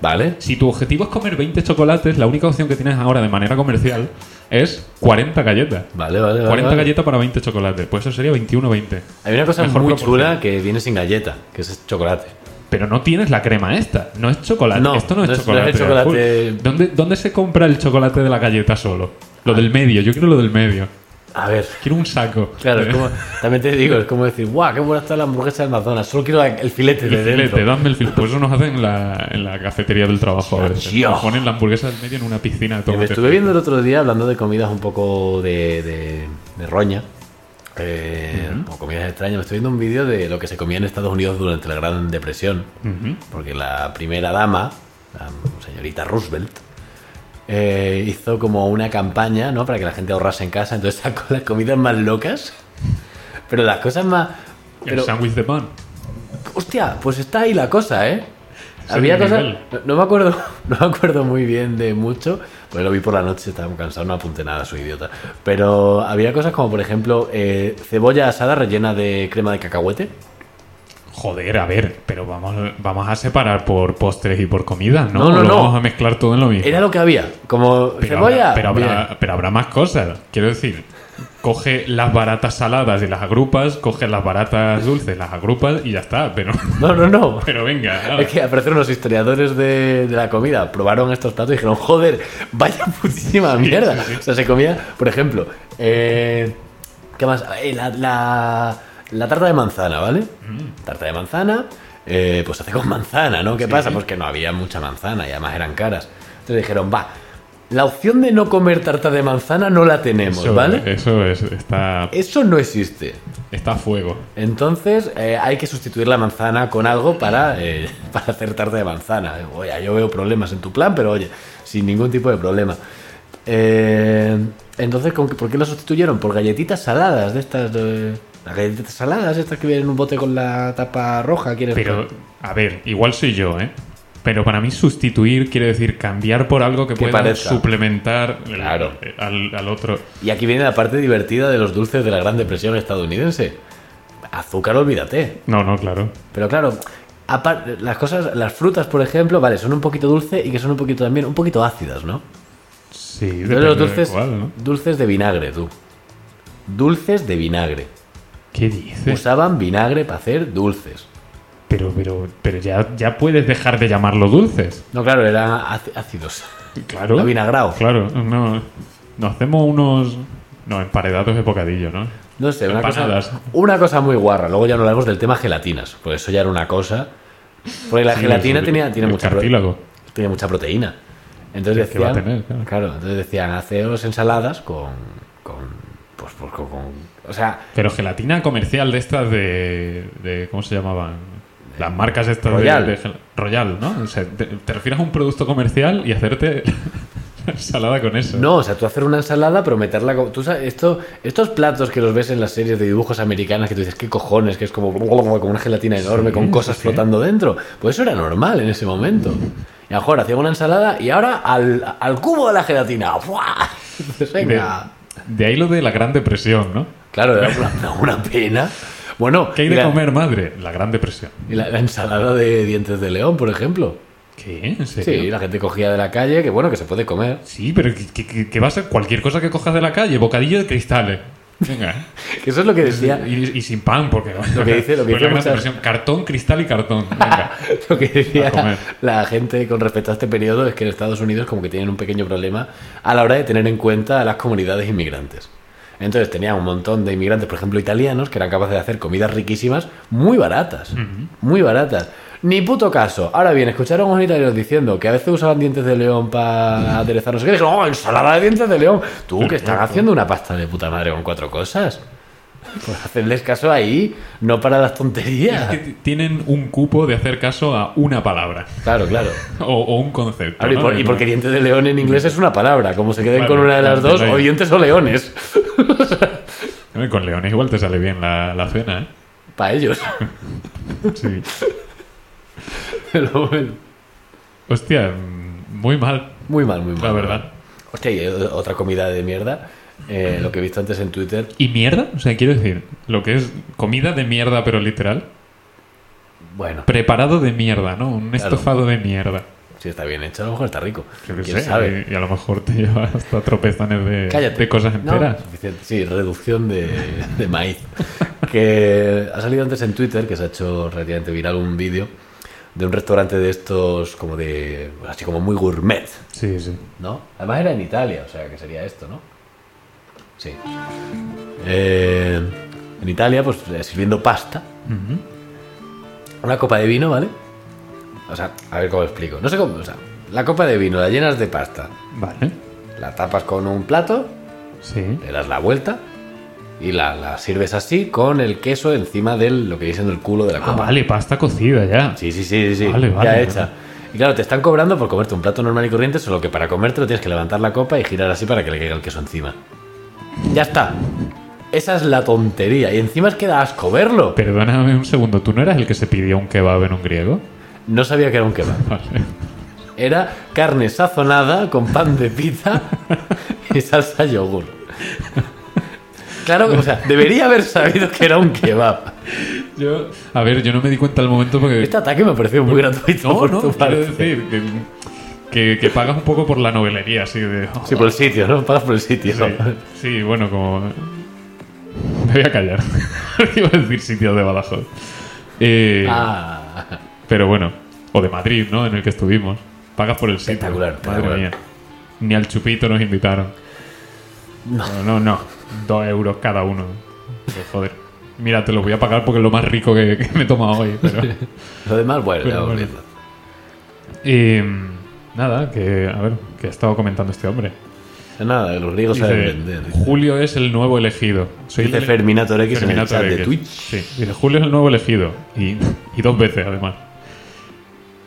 Vale.
Si tu objetivo es comer 20 chocolates, la única opción que tienes ahora de manera comercial es 40 galletas.
Vale, vale, vale.
40
vale.
galletas para 20 chocolates. Pues eso sería 21-20.
Hay una cosa
Mejor
muy
proporción.
chula que viene sin galleta, que es chocolate.
pero no tienes la crema esta. No es chocolate.
No,
Esto no es
no es- no
chocolate.
es el chocolate.
Uy, ¿Dónde, ¿Dónde se compra el chocolate de la galleta solo? Lo del medio. Yo quiero lo del medio.
A ver.
Quiero un saco.
Claro,
[laughs]
es como, también te digo, es como decir, guau, qué buena está la hamburguesa de McDonald's, solo quiero la- el filete
El
de dentro.
filete, dame el filete. Pues eso nos hacen en la, en la cafetería del trabajo. a veces.
Dios.
Nos ponen la hamburguesa del medio en una piscina de
Eh,
tomate
Me estuve
frito.
viendo el otro día hablando de comidas un poco de, de- de roña. eh, O comidas extrañas. Me estoy viendo un vídeo de lo que se comía en Estados Unidos durante la Gran Depresión.
Ujú.
Porque la primera dama, la señorita Roosevelt, eh, hizo como una campaña ¿no? para que la gente ahorrase en casa. Entonces sacó las comidas más locas. Pero las cosas más...
El
pero-
sándwich de pan.
Hostia, pues está ahí la cosa, ¿eh?
Ese
Había
es el
cosas.
nivel.
No, no me acuerdo, [laughs] no me acuerdo muy bien de mucho. Pues lo vi por la noche, estaba muy cansado, no apunté nada, soy idiota. Pero había cosas como, por ejemplo, eh, cebolla asada rellena de crema de cacahuete.
Joder, a ver, pero vamos, vamos a separar por postres y por comida, ¿no?
No, no,
¿O lo
no.
Vamos a mezclar todo en lo mismo.
Era lo que había. Como
pero,
cebolla.
habrá, pero,
bien.
habrá, pero habrá más cosas. Quiero decir, coge las baratas saladas y las agrupas, coge las baratas dulces, las agrupas y ya está. Pero, [laughs]
No, no, no.
pero venga.
[laughs] Es que aparecieron los historiadores de, de la comida, probaron estos platos y dijeron, joder, vaya [laughs] putísima mierda.
sí, sí.
O sea, se comía, por ejemplo, eh, ¿qué más? Eh, la, la- la tarta de manzana, ¿vale?
Mm.
Tarta de manzana, eh, pues se hace con manzana, ¿no? ¿Qué pasa? Pues que no había mucha manzana y además eran caras. Entonces dijeron, va, la opción de no comer tarta de manzana no la tenemos,
eso, eh.
¿vale?
eso es, está,
Eso no existe.
está a fuego.
Entonces eh, hay que sustituir la manzana con algo para, eh, [laughs] para hacer tarta de manzana. Oye, yo veo problemas en tu plan, pero oye, sin ningún tipo de problema. Eh, entonces, ¿con qué- ¿por qué lo sustituyeron? Por galletitas saladas de estas... de- las galletitas saladas, estas que vienen en un bote con la tapa roja, ¿quieres?
Pero, a ver, igual soy yo, ¿eh? Pero para mí sustituir quiere decir cambiar por algo que,
Que
pueda
parezca.
suplementar el-
Claro.
al, al otro.
Y aquí viene la parte divertida de los dulces de la Gran Depresión estadounidense. Azúcar, olvídate.
No, no, claro.
Pero claro, aparte, las cosas, las frutas, por ejemplo, vale, son un poquito dulce y que son un poquito también, un poquito ácidas, ¿no?
Sí,
Yo de los
depende de
dulces,
cuál, ¿no?
dulces de vinagre, tú. Dulces de vinagre. Pues
¿Qué dices?
Usaban vinagre para hacer dulces.
Pero, pero, pero ya, ya puedes dejar de llamarlo dulces.
No, claro, eran áci- ácidos.
Claro.
Avinagrado.
Claro, no. Nos hacemos unos. No, emparedados de bocadillo, ¿no?
No sé, una cosa,
Empanadas.
una cosa muy guarra. Luego ya no hablamos del tema gelatinas, porque eso ya era una cosa. Porque la
Sí,
gelatina
el-
tenía, tiene
el
mucha pro-
cartílago.
tiene mucha proteína. Entonces
Sí, que va
decían,
a tener, claro.
entonces decían, haceros ensaladas con, con, pues, pues, con, con- o sea,
Pero gelatina comercial de estas de. de- ¿Cómo se llamaban? Las marcas estas de-
Royal.
de. gel- Royal, ¿no? O sea, te, te refieres a un producto comercial y hacerte [laughs] la ensalada con eso.
no, o sea, tú hacer una ensalada, pero meterla, con- tú sabes, esto, estos platos que los ves en las series de dibujos americanas que tú dices, qué cojones, que es como, como una gelatina enorme con cosas
sí, sí.
flotando dentro, pues eso era normal en ese momento. Y a lo mejor hacía una ensalada y ahora al, al cubo de la gelatina, ¡buah! Entonces,
De-
venga.
de ahí lo de la Gran Depresión, ¿no?
Claro, era una, una pena. Bueno,
¿Qué hay
y
de
la-
comer, madre? La Gran Depresión.
Y la, la ensalada de dientes de león, por ejemplo.
¿Qué? ¿En
Sí,
serio?
la gente cogía de la calle, que bueno, que se puede comer.
Sí, pero que, que- que- que va a ser cualquier cosa que cojas de la calle, bocadillo de cristales. Venga. ¿eh?
Que eso es lo que decía,
Y, y sin pan, porque
Lo que dice- lo que
porque
dice
la gran
muchas-
expresión, cartón, cristal y cartón. Venga.
[laughs] lo que
A comer.
decía la gente con respecto a este periodo es que en Estados Unidos como que tienen un pequeño problema a la hora de tener en cuenta a las comunidades inmigrantes. Entonces tenían un montón de inmigrantes, por ejemplo italianos, que eran capaces de hacer comidas riquísimas muy baratas. Muy baratas. Ni puto caso. Ahora bien, escucharon a unos italianos diciendo que a veces usaban dientes de león para aderezar no sé qué. Dijeron, ¡oh, ensalada de dientes de león! Tú, que están haciendo una pasta de puta madre con cuatro cosas. Pues hacerles caso ahí, no para las
[laughs]
tonterías.
Es que tienen un cupo de hacer caso a una palabra
Claro, claro.
o, o un concepto.
Claro, y,
¿no?
por- y porque dientes de león en inglés es una palabra, como se queden
Vale,
con una de
dientes
las
de
dos,
león.
o dientes o leones, [laughs]
Hombre, eh, Con leones igual te sale bien la, la cena, ¿eh?
para
[laughs]
ellos.
Sí.
Pero bueno,
Hostia, mm, muy mal,
muy mal, muy mal.
la verdad.
Hostia, y o- otra comida de mierda, eh, lo que he visto antes en Twitter,
¿Y mierda? O sea, quiero decir, lo que es comida de mierda, pero literal.
bueno,
Preparado de mierda, ¿no? Un
Claro.
estofado de mierda.
si está bien hecho, a lo mejor está rico.
Yo qué
¿Quién
sé,
sabe?
Y, y a lo mejor te [laughs] llevas hasta tropezones de,
Cállate.
de cosas
No,
enteras.
suficiente. Sí, reducción de,
[laughs]
de maíz. que ha salido antes en Twitter, que se ha hecho relativamente viral un vídeo de un restaurante de estos como de así como muy gourmet,
Sí, sí.
¿no? Además era en Italia, o sea que sería esto, ¿no? Sí. Eh, en Italia, pues eh, sirviendo pasta, una copa de vino, ¿vale? O sea, a ver cómo explico. No sé cómo, o sea, la copa de vino la llenas de pasta,
Vale.
la tapas con un plato,
Sí.
le das la vuelta y la, la sirves así con el queso encima de lo que dicen el culo de la
Ah,
copa.
vale, pasta cocida ya.
Sí, sí, sí, sí, sí.
Vale, vale,
ya
vale.
hecha. Y claro, te están cobrando por comerte un plato normal y corriente, solo que para comértelo tienes que levantar la copa y girar así para que le caiga el queso encima. Ya está. Esa es la tontería. Y encima es que da asco verlo.
Perdóname un segundo, ¿tú no eras el que se pidió un kebab en un griego?
No sabía que era un kebab.
Vale.
Era carne sazonada con pan de pizza y salsa yogur. Claro, o sea, debería haber sabido que era un kebab.
Yo, a ver, yo no me di cuenta al momento porque...
Este ataque me pareció muy gratuito
No,
por
no,
tu
quiero
parte.
decir que, que, que pagas un poco por la novelería, así de...
Sí, por el sitio, ¿no? Pagas por el sitio.
Sí, sí, bueno, como... Me voy a callar. [laughs] Iba a decir sitio de Badajoz. Eh,
Ah.
Pero bueno, o de Madrid, ¿no? En el que estuvimos. Pagas por el sitio.
Espectacular,
Madre
espectacular.
mía. Ni al chupito nos invitaron. No, no, no. Dos euros cada uno. Pero, joder. Mira, te lo voy a pagar porque es lo más rico que, que me he tomado hoy. Pero,
Lo demás, bueno,
Pero
ya vamos
bueno.
viendo.
Eh, nada, que a ver, que ha estado comentando este hombre.
Nada, los griegos saben
Dice,
vender.
Julio es el nuevo elegido. Soy
Dice
el-
Ferminator X en el
Terminator
chat de
X.
Twitch.
Sí. Dice, Julio es el nuevo elegido. Y, y dos veces, además.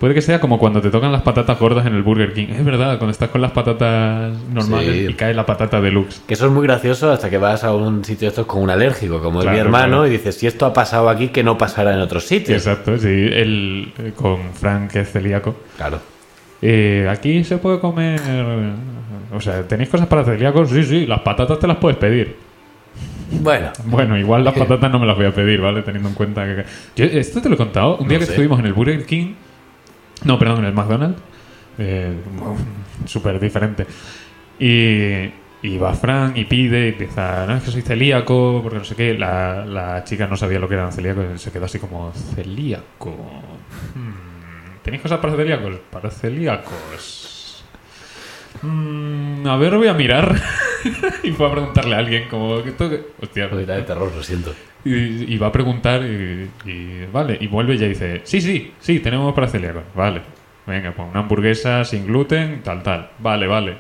Puede que sea como cuando te tocan las patatas gordas en el Burger King. Es verdad, cuando estás con las patatas normales
Sí.
y cae la patata deluxe.
Que eso es muy gracioso hasta que vas a un sitio de estos con un alérgico, como es mi
Claro,
hermano,
claro.
y dices, si esto ha pasado aquí, que no pasará en otros sitios.
Exacto, sí. El, eh, con Frank, que es celíaco.
Claro.
Eh, aquí se puede comer... O sea, ¿tenéis cosas para celíacos? Sí, sí, las patatas te las puedes pedir.
Bueno,
Bueno, igual
[laughs]
las patatas no me las voy a pedir, ¿vale? Teniendo en cuenta que... Yo, esto te lo he contado. Un día
No
que
sé.
estuvimos en el Burger King... No, perdón, en el McDonald's. eh, Súper diferente. Y, y va Fran y pide, y empieza, no, es que soy celíaco, porque no sé qué. La, la chica no sabía lo que eran celíacos, y se quedó así como, celíaco. hmm, ¿Tenéis cosas para celíacos? Para celíacos. Mm, a ver, voy a mirar. [laughs] y fue a preguntarle a alguien, como, ¿esto qué? Hostia,
cosita de terror, lo siento.
y, y va a preguntar y, y- vale, y vuelve y ya dice, sí, sí, sí, tenemos para celíacos, vale. Venga, pues una hamburguesa sin gluten, tal, tal. Vale, vale.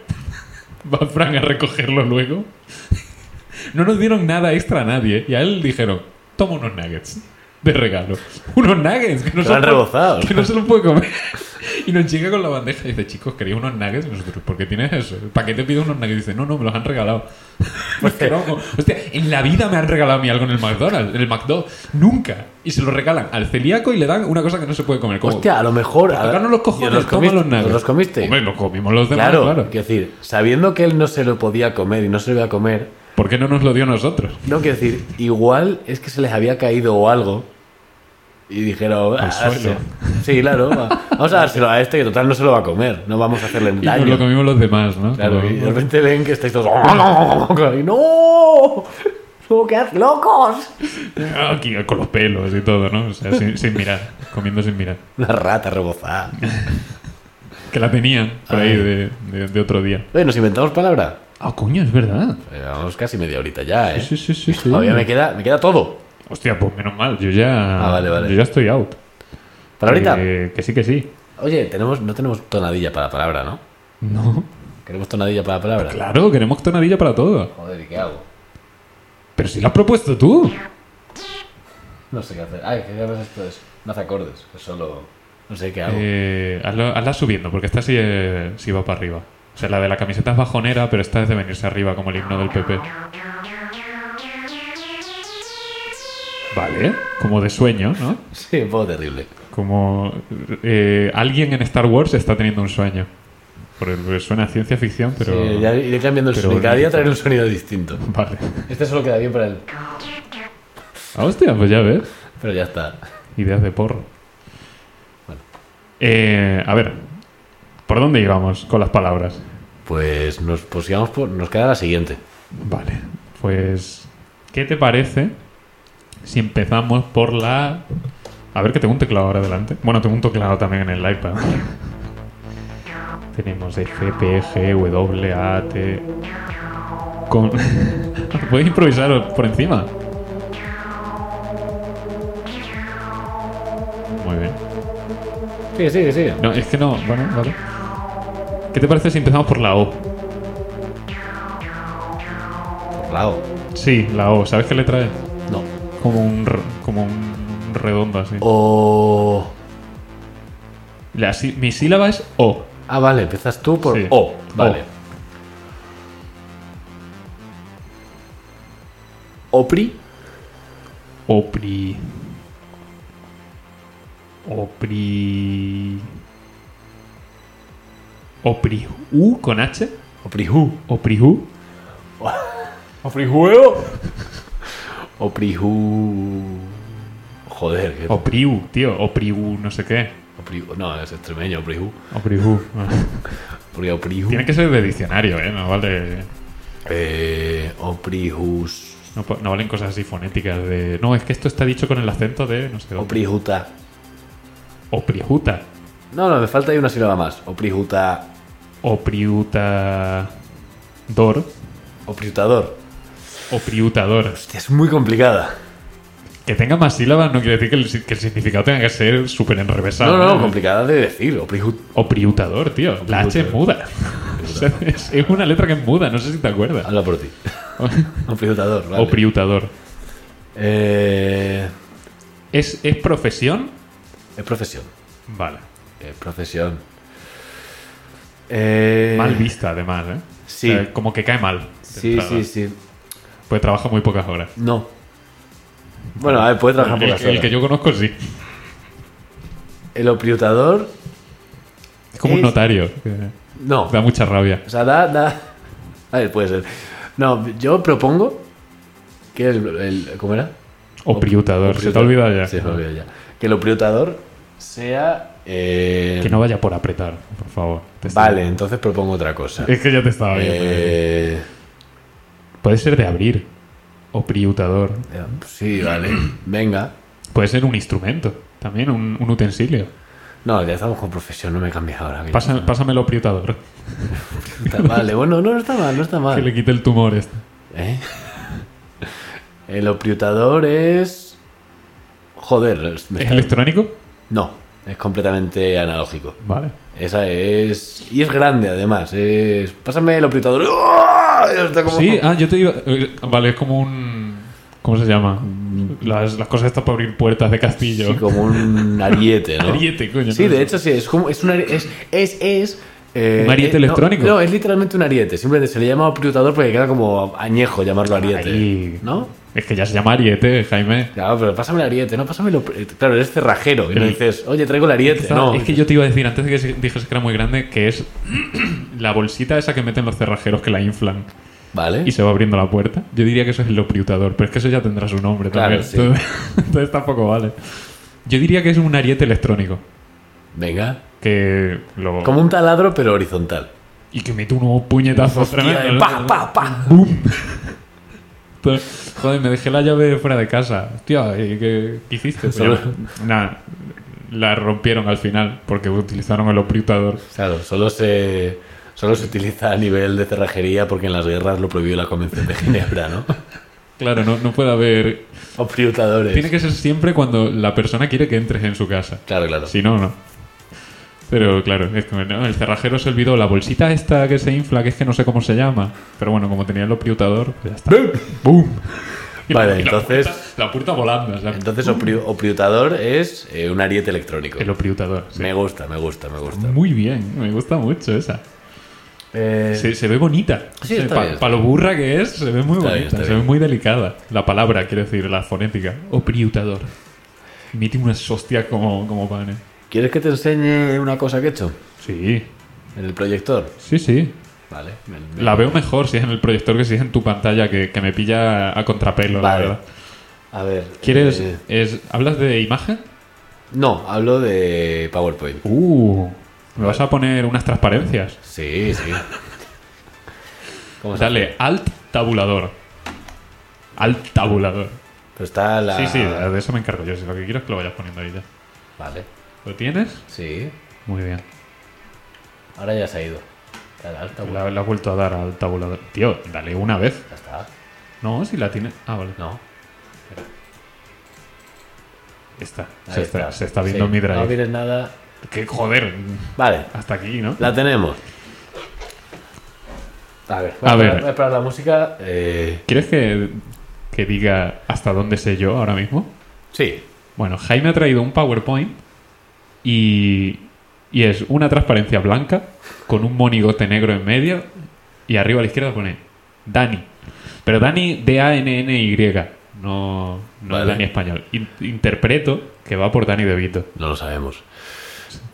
[laughs] Va Frank a recogerlo luego. [laughs] No nos dieron nada extra a nadie y a él dijeron, toma unos nuggets de regalo. Unos nuggets que no,
Que
se
lo han
puede-
rebozado.
que no se los puede
[laughs]
comer. Y nos llega con la bandeja y dice, chicos, quería unos nuggets. Y nosotros, ¿por qué tienes eso? ¿Para qué te pido unos nuggets? Y dice, no, no, me los han
[laughs]
regalado. Porque no, hostia, en la vida me han regalado a mí algo en el McDonald's, en el McDo. Nunca. Y se lo regalan al celíaco y le dan una cosa que no se puede comer. Como,
Hostia, a lo mejor. a-
tocarnos Pues los cojones,
¿Os los
toma
comiste?
los nuggets.
¿Os los comiste?
Hombre, los comimos los demás,
claro,
claro.
quiero decir, sabiendo que él no se lo podía comer y no se lo iba a comer,
¿Por qué no nos lo dio a nosotros?
no quiero decir, igual es que se les había caído o algo y dijeron,
Al
"Ah,
suelo".
sí, sí, claro, va- vamos a dárselo a este que total no se lo va a comer, no vamos a hacerle
Y nos lo
daño.
comimos los demás, ¿no?
Claro,
Como-
y de repente ven que estáis todos. "Oh, Y ¡No! [laughs] ¡No, qué haz- locos!
"Ah, Aquí, con los pelos y todo, ¿no? O sea, sin, sin mirar, comiendo sin mirar.
Una rata rebozada.
Que la tenían por ahí
Ay.
de, de- de otro día.
Oye, nos inventamos palabra.
Ah, coño, es verdad.
Eh, Vamos casi media horita ya, ¿eh?
Sí, sí, sí, sí.
Todavía me queda, me queda todo.
Hostia, pues menos mal, yo ya.
Ah, vale, vale.
Yo ya estoy out.
¿Palabrita?
Que, que sí, que sí.
Oye, tenemos, no tenemos tonadilla para palabra, ¿no?
No.
¿Queremos tonadilla para palabra?
Claro, queremos tonadilla para todo.
Joder, ¿y qué hago?
Pero si la has propuesto tú.
No sé qué hacer. Ay, ¿qué haces esto? Es- No hace acordes, es solo. No sé qué hago.
Eh, hazlo- hazla subiendo, porque esta sí, eh, sí va para arriba. O sea, la de la camiseta es bajonera, pero esta es de venirse arriba, como el himno del PP. Vale, como de sueño, ¿no?
Sí, un poco terrible.
Como eh, alguien en Star Wars está teniendo un sueño. Por el- porque suena a ciencia ficción, pero...
Sí, ya iré cambiando el
pero
sonido. Cada día
bonito.
traeré un sonido distinto.
[laughs] Vale.
Este solo queda bien para el.
Ah, hostia, pues ya ves.
Pero ya está.
Ideas de porro.
Bueno.
Eh, a ver, ¿por dónde íbamos con las palabras?
Pues nos pusiéramos por. Nos queda la siguiente.
Vale, pues ¿qué te parece si empezamos por la A ver que tengo un teclado ahora delante. Bueno, tengo un teclado también en el iPad. Tenemos F, P, G, W, A, T. Con... [laughs] Puedes improvisar por encima. Muy bien.
Sigue, sigue, sigue.
No, es que no. Bueno, vale. ¿Qué te parece si empezamos por la O?
Por la O.
Sí, la O. ¿Sabes qué letra es?
No.
Como un, r- como un redondo así.
O.
La si- mi sílaba es O.
Ah, vale, empiezas tú por
Sí.
O. Vale. Opri.
Opri. Opri. Opri. U con H.
Oprihu.
Oprihu. ¿eh?
Oprihueo. Oprihu. Joder, que.
Opriu, tío. Opriu, no sé qué.
Oprihu. No, es extremeño, Oprihu.
Oprihu.
Porque Oprihu.
Tiene que ser de diccionario, ¿eh? No, vale,
Eh, Oprihus.
no, po- no valen cosas así fonéticas de... No, es que esto está dicho con el acento de... No sé. dónde.
Oprihuta.
Oprihuta.
No, no, me falta ahí una sílaba más. Oprihuta.
Opriuta... Dor.
Oprihutador.
Opriutador.
Hostia, es muy complicada.
Que tenga más sílabas no quiere decir que el, si- que el significado tenga que ser súper enrevesado.
No, no,
¿eh?
complicada de decir. Oprihut.
Opriutador, tío. La H es muda. [laughs] O sea, es, es una letra que es muda, no sé si te acuerdas.
Habla por
[laughs]
ti. Oprihutador, vale.
Opriutador.
Eh,
¿Es, ¿Es profesión?
es profesión.
Vale.
Es profesión. Eh,
Mal vista, además, ¿eh?
sí.
O sea, como que cae mal. de
Sí,
entrada.
sí, sí.
Pues trabaja muy pocas horas.
No. Bueno, a ver, puede trabajar por
el,
la
el que yo conozco, sí.
El opriutador,
Es como un
Es-
notario. que
no.
Da mucha rabia.
O sea, da, da. A ver, puede ser. No, yo propongo que el. el- ¿Cómo era?
Opriutador. Se te ha olvidado ya.
Sí, se me ha olvidado ya. Que el opriutador sea. eh,
Que no vaya por apretar, por favor. Te estoy-
Vale, entonces propongo otra cosa.
Es que ya te estaba viendo.
Eh,
Puede ser de abrir. Opriutador.
eh, sí, vale. Venga.
Puede ser un instrumento. También un, un utensilio.
No, ya estamos con profesión, no me cambies ahora. que-
Pasa- pásame el opriutador.
Vale, eh, bueno, no, no está mal, no está
[laughs] Que le
mal.
quite el tumor este.
¿Eh? El opriutador es. Joder, me
¿Es
está-
electrónico?
no, es completamente analógico.
Vale.
Esa es. Y es grande, además. Es... Pásame el apretador. ¡Oh! Está como-
Sí, ah, yo te iba. eh, Vale, es como un. ¿Cómo se llama? Las, las cosas estas para abrir puertas de castillo.
[laughs] Sí, como un ariete, ¿no?
Ariete, coño,
Sí,
no
de
sé.
hecho, sí. Es como. Es un ari- es, es, es, eh,
¿Un ariete
eh, no,
electrónico?
No, es literalmente un ariete. Simplemente se le llama apretador porque queda como añejo llamarlo ariete.
Ahí.
¿No?
Es que ya se llama Ariete, Jaime.
Claro, pero pásame el ariete, no pásame el. opri- Claro, eres cerrajero. Y no
El-
dices, oye, traigo el ariete.
Esta-
No.
Es que yo te iba a decir antes de que se- dijes que era muy grande que es [clears throat] la bolsita esa que meten los cerrajeros que la inflan
Vale.
y se va abriendo la puerta. Yo diría que eso es el opriutador, pero es que eso ya tendrá su nombre
Claro,
también.
sí.
Entonces, [laughs] entonces tampoco vale. Yo diría que es un ariete electrónico
Venga.
que lo
Como un taladro, pero horizontal.
y que mete unos puñetazos
Hostia, eh,
tremendo.
pa, pa, pa.
Entonces, Joder, me dejé la llave fuera de casa. Hostia, ¿y ¿qué, qué hiciste? Pues
Solo-
ya- Nada, la rompieron al final porque utilizaron el opriutador.
Claro, solo se, solo se utiliza a nivel de cerrajería porque en las guerras lo prohibió la Convención de Ginebra, ¿no? [laughs]
Claro, no, no puede haber.
O priutadores.
Tiene que ser siempre cuando la persona quiere que entres en su casa.
Claro, claro.
Si no, no. Pero claro, es como, no, el cerrajero se olvidó. La bolsita esta que se infla, que es que no sé cómo se llama. Pero bueno, como tenía el opriutador, pues ya está. ¡Bum! Y
Vale,
y
entonces-
puerta- la puerta volando. o sea,
Entonces, o, priu- o priutador es eh, un ariete electrónico.
el Mm. opriutador. sí.
Me gusta, me gusta, me gusta.
Muy bien, me gusta mucho esa.
Eh,
Se, se ve bonita.
Sí, está bien.
Para lo burra que es, se ve muy
Está bien,
bonita,
está
se ve
bien.
muy delicada. La palabra, quiero decir, la fonética. Opriutador. Emite unas hostias como, como panes.
¿Quieres que te enseñe una cosa que he hecho?
Sí,
En el proyector.
sí, sí.
Vale. me- me-
La veo mejor si es en el proyector que si es en tu pantalla, que, que me pilla a contrapelo, la
Vale.
verdad.
A ver.
¿Quieres,
eh,
es- ¿Hablas de imagen?
no, hablo de PowerPoint.
Uh, me vas a poner unas transparencias.
Sí, sí. ¿Cómo se hace?
Dale, alt tabulador. Alt tabulador.
Pero está la.
Sí, sí, de eso me encargo yo. Si lo que quiero es que lo vayas poniendo ahí ya.
Vale.
¿Lo tienes?
Sí.
Muy bien.
Ahora ya se ha ido. Ya la alta,
La, la has vuelto a dar al tabulador. Tío, dale una vez.
Ya está.
No, si la tienes. Ah, vale.
No.
Está.
ahí
Se está, se está viendo
Sí, Ah,
mi drive.
No mires nada.
Que joder.
Vale,
Hasta aquí, ¿no?
la tenemos. A ver, voy
A
a,
ver.
parar- voy a parar la música. eh,
¿Quieres que, que diga hasta dónde sé yo ahora mismo?
sí.
Bueno, Jaime ha traído un PowerPoint y, y es una transparencia blanca con un monigote negro en medio y arriba a la izquierda pone Dani. Pero Dani D-A-N-N-Y, no, no
Vale.
Dani español. In- interpreto que va por Dani De Vito.
No lo sabemos.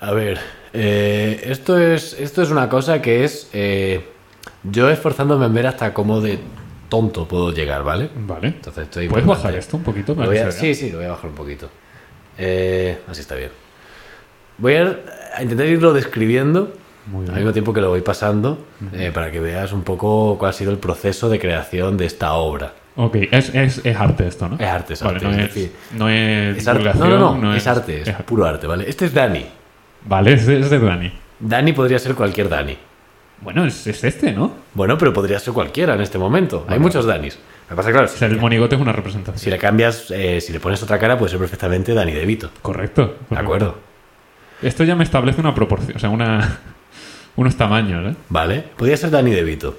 A ver, eh, esto, es, esto es una cosa que es eh, yo esforzándome en ver hasta cómo de tonto puedo llegar, ¿vale?
Vale.
Entonces estoy...
¿Puedes
bastante-
bajar esto un poquito?
Lo
más?
voy a- sí, sí, lo voy a bajar un poquito. Eh, así está bien. Voy a, a intentar irlo describiendo
Muy
al
bien.
mismo tiempo que lo voy pasando eh, para que veas un poco cuál ha sido el proceso de creación de esta obra.
Ok, es, es, es arte esto, ¿no?
Es arte, es
Vale,
arte,
no
es
es,
decir,
no es
Es arte. No,
divulgación,
no, no, es,
es-
arte, es,
es [laughs] arte.
puro arte, ¿vale? Este es Dani.
Vale, es, es de Dani.
Dani podría ser cualquier Dani.
Bueno, es, es este, ¿no?
Bueno, pero podría ser cualquiera en este momento. Hay
Bueno.
muchos Danis. Lo que pasa, claro,
O sea, el
si,
monigote es una representación.
si le cambias, eh, si le pones otra cara, puede ser perfectamente Dani De Vito.
Pues Correcto.
¿De
correcto.
acuerdo?
Esto ya me establece una proporción, o sea, una, [laughs] unos tamaños, ¿eh?
Vale, podría ser Dani De Vito.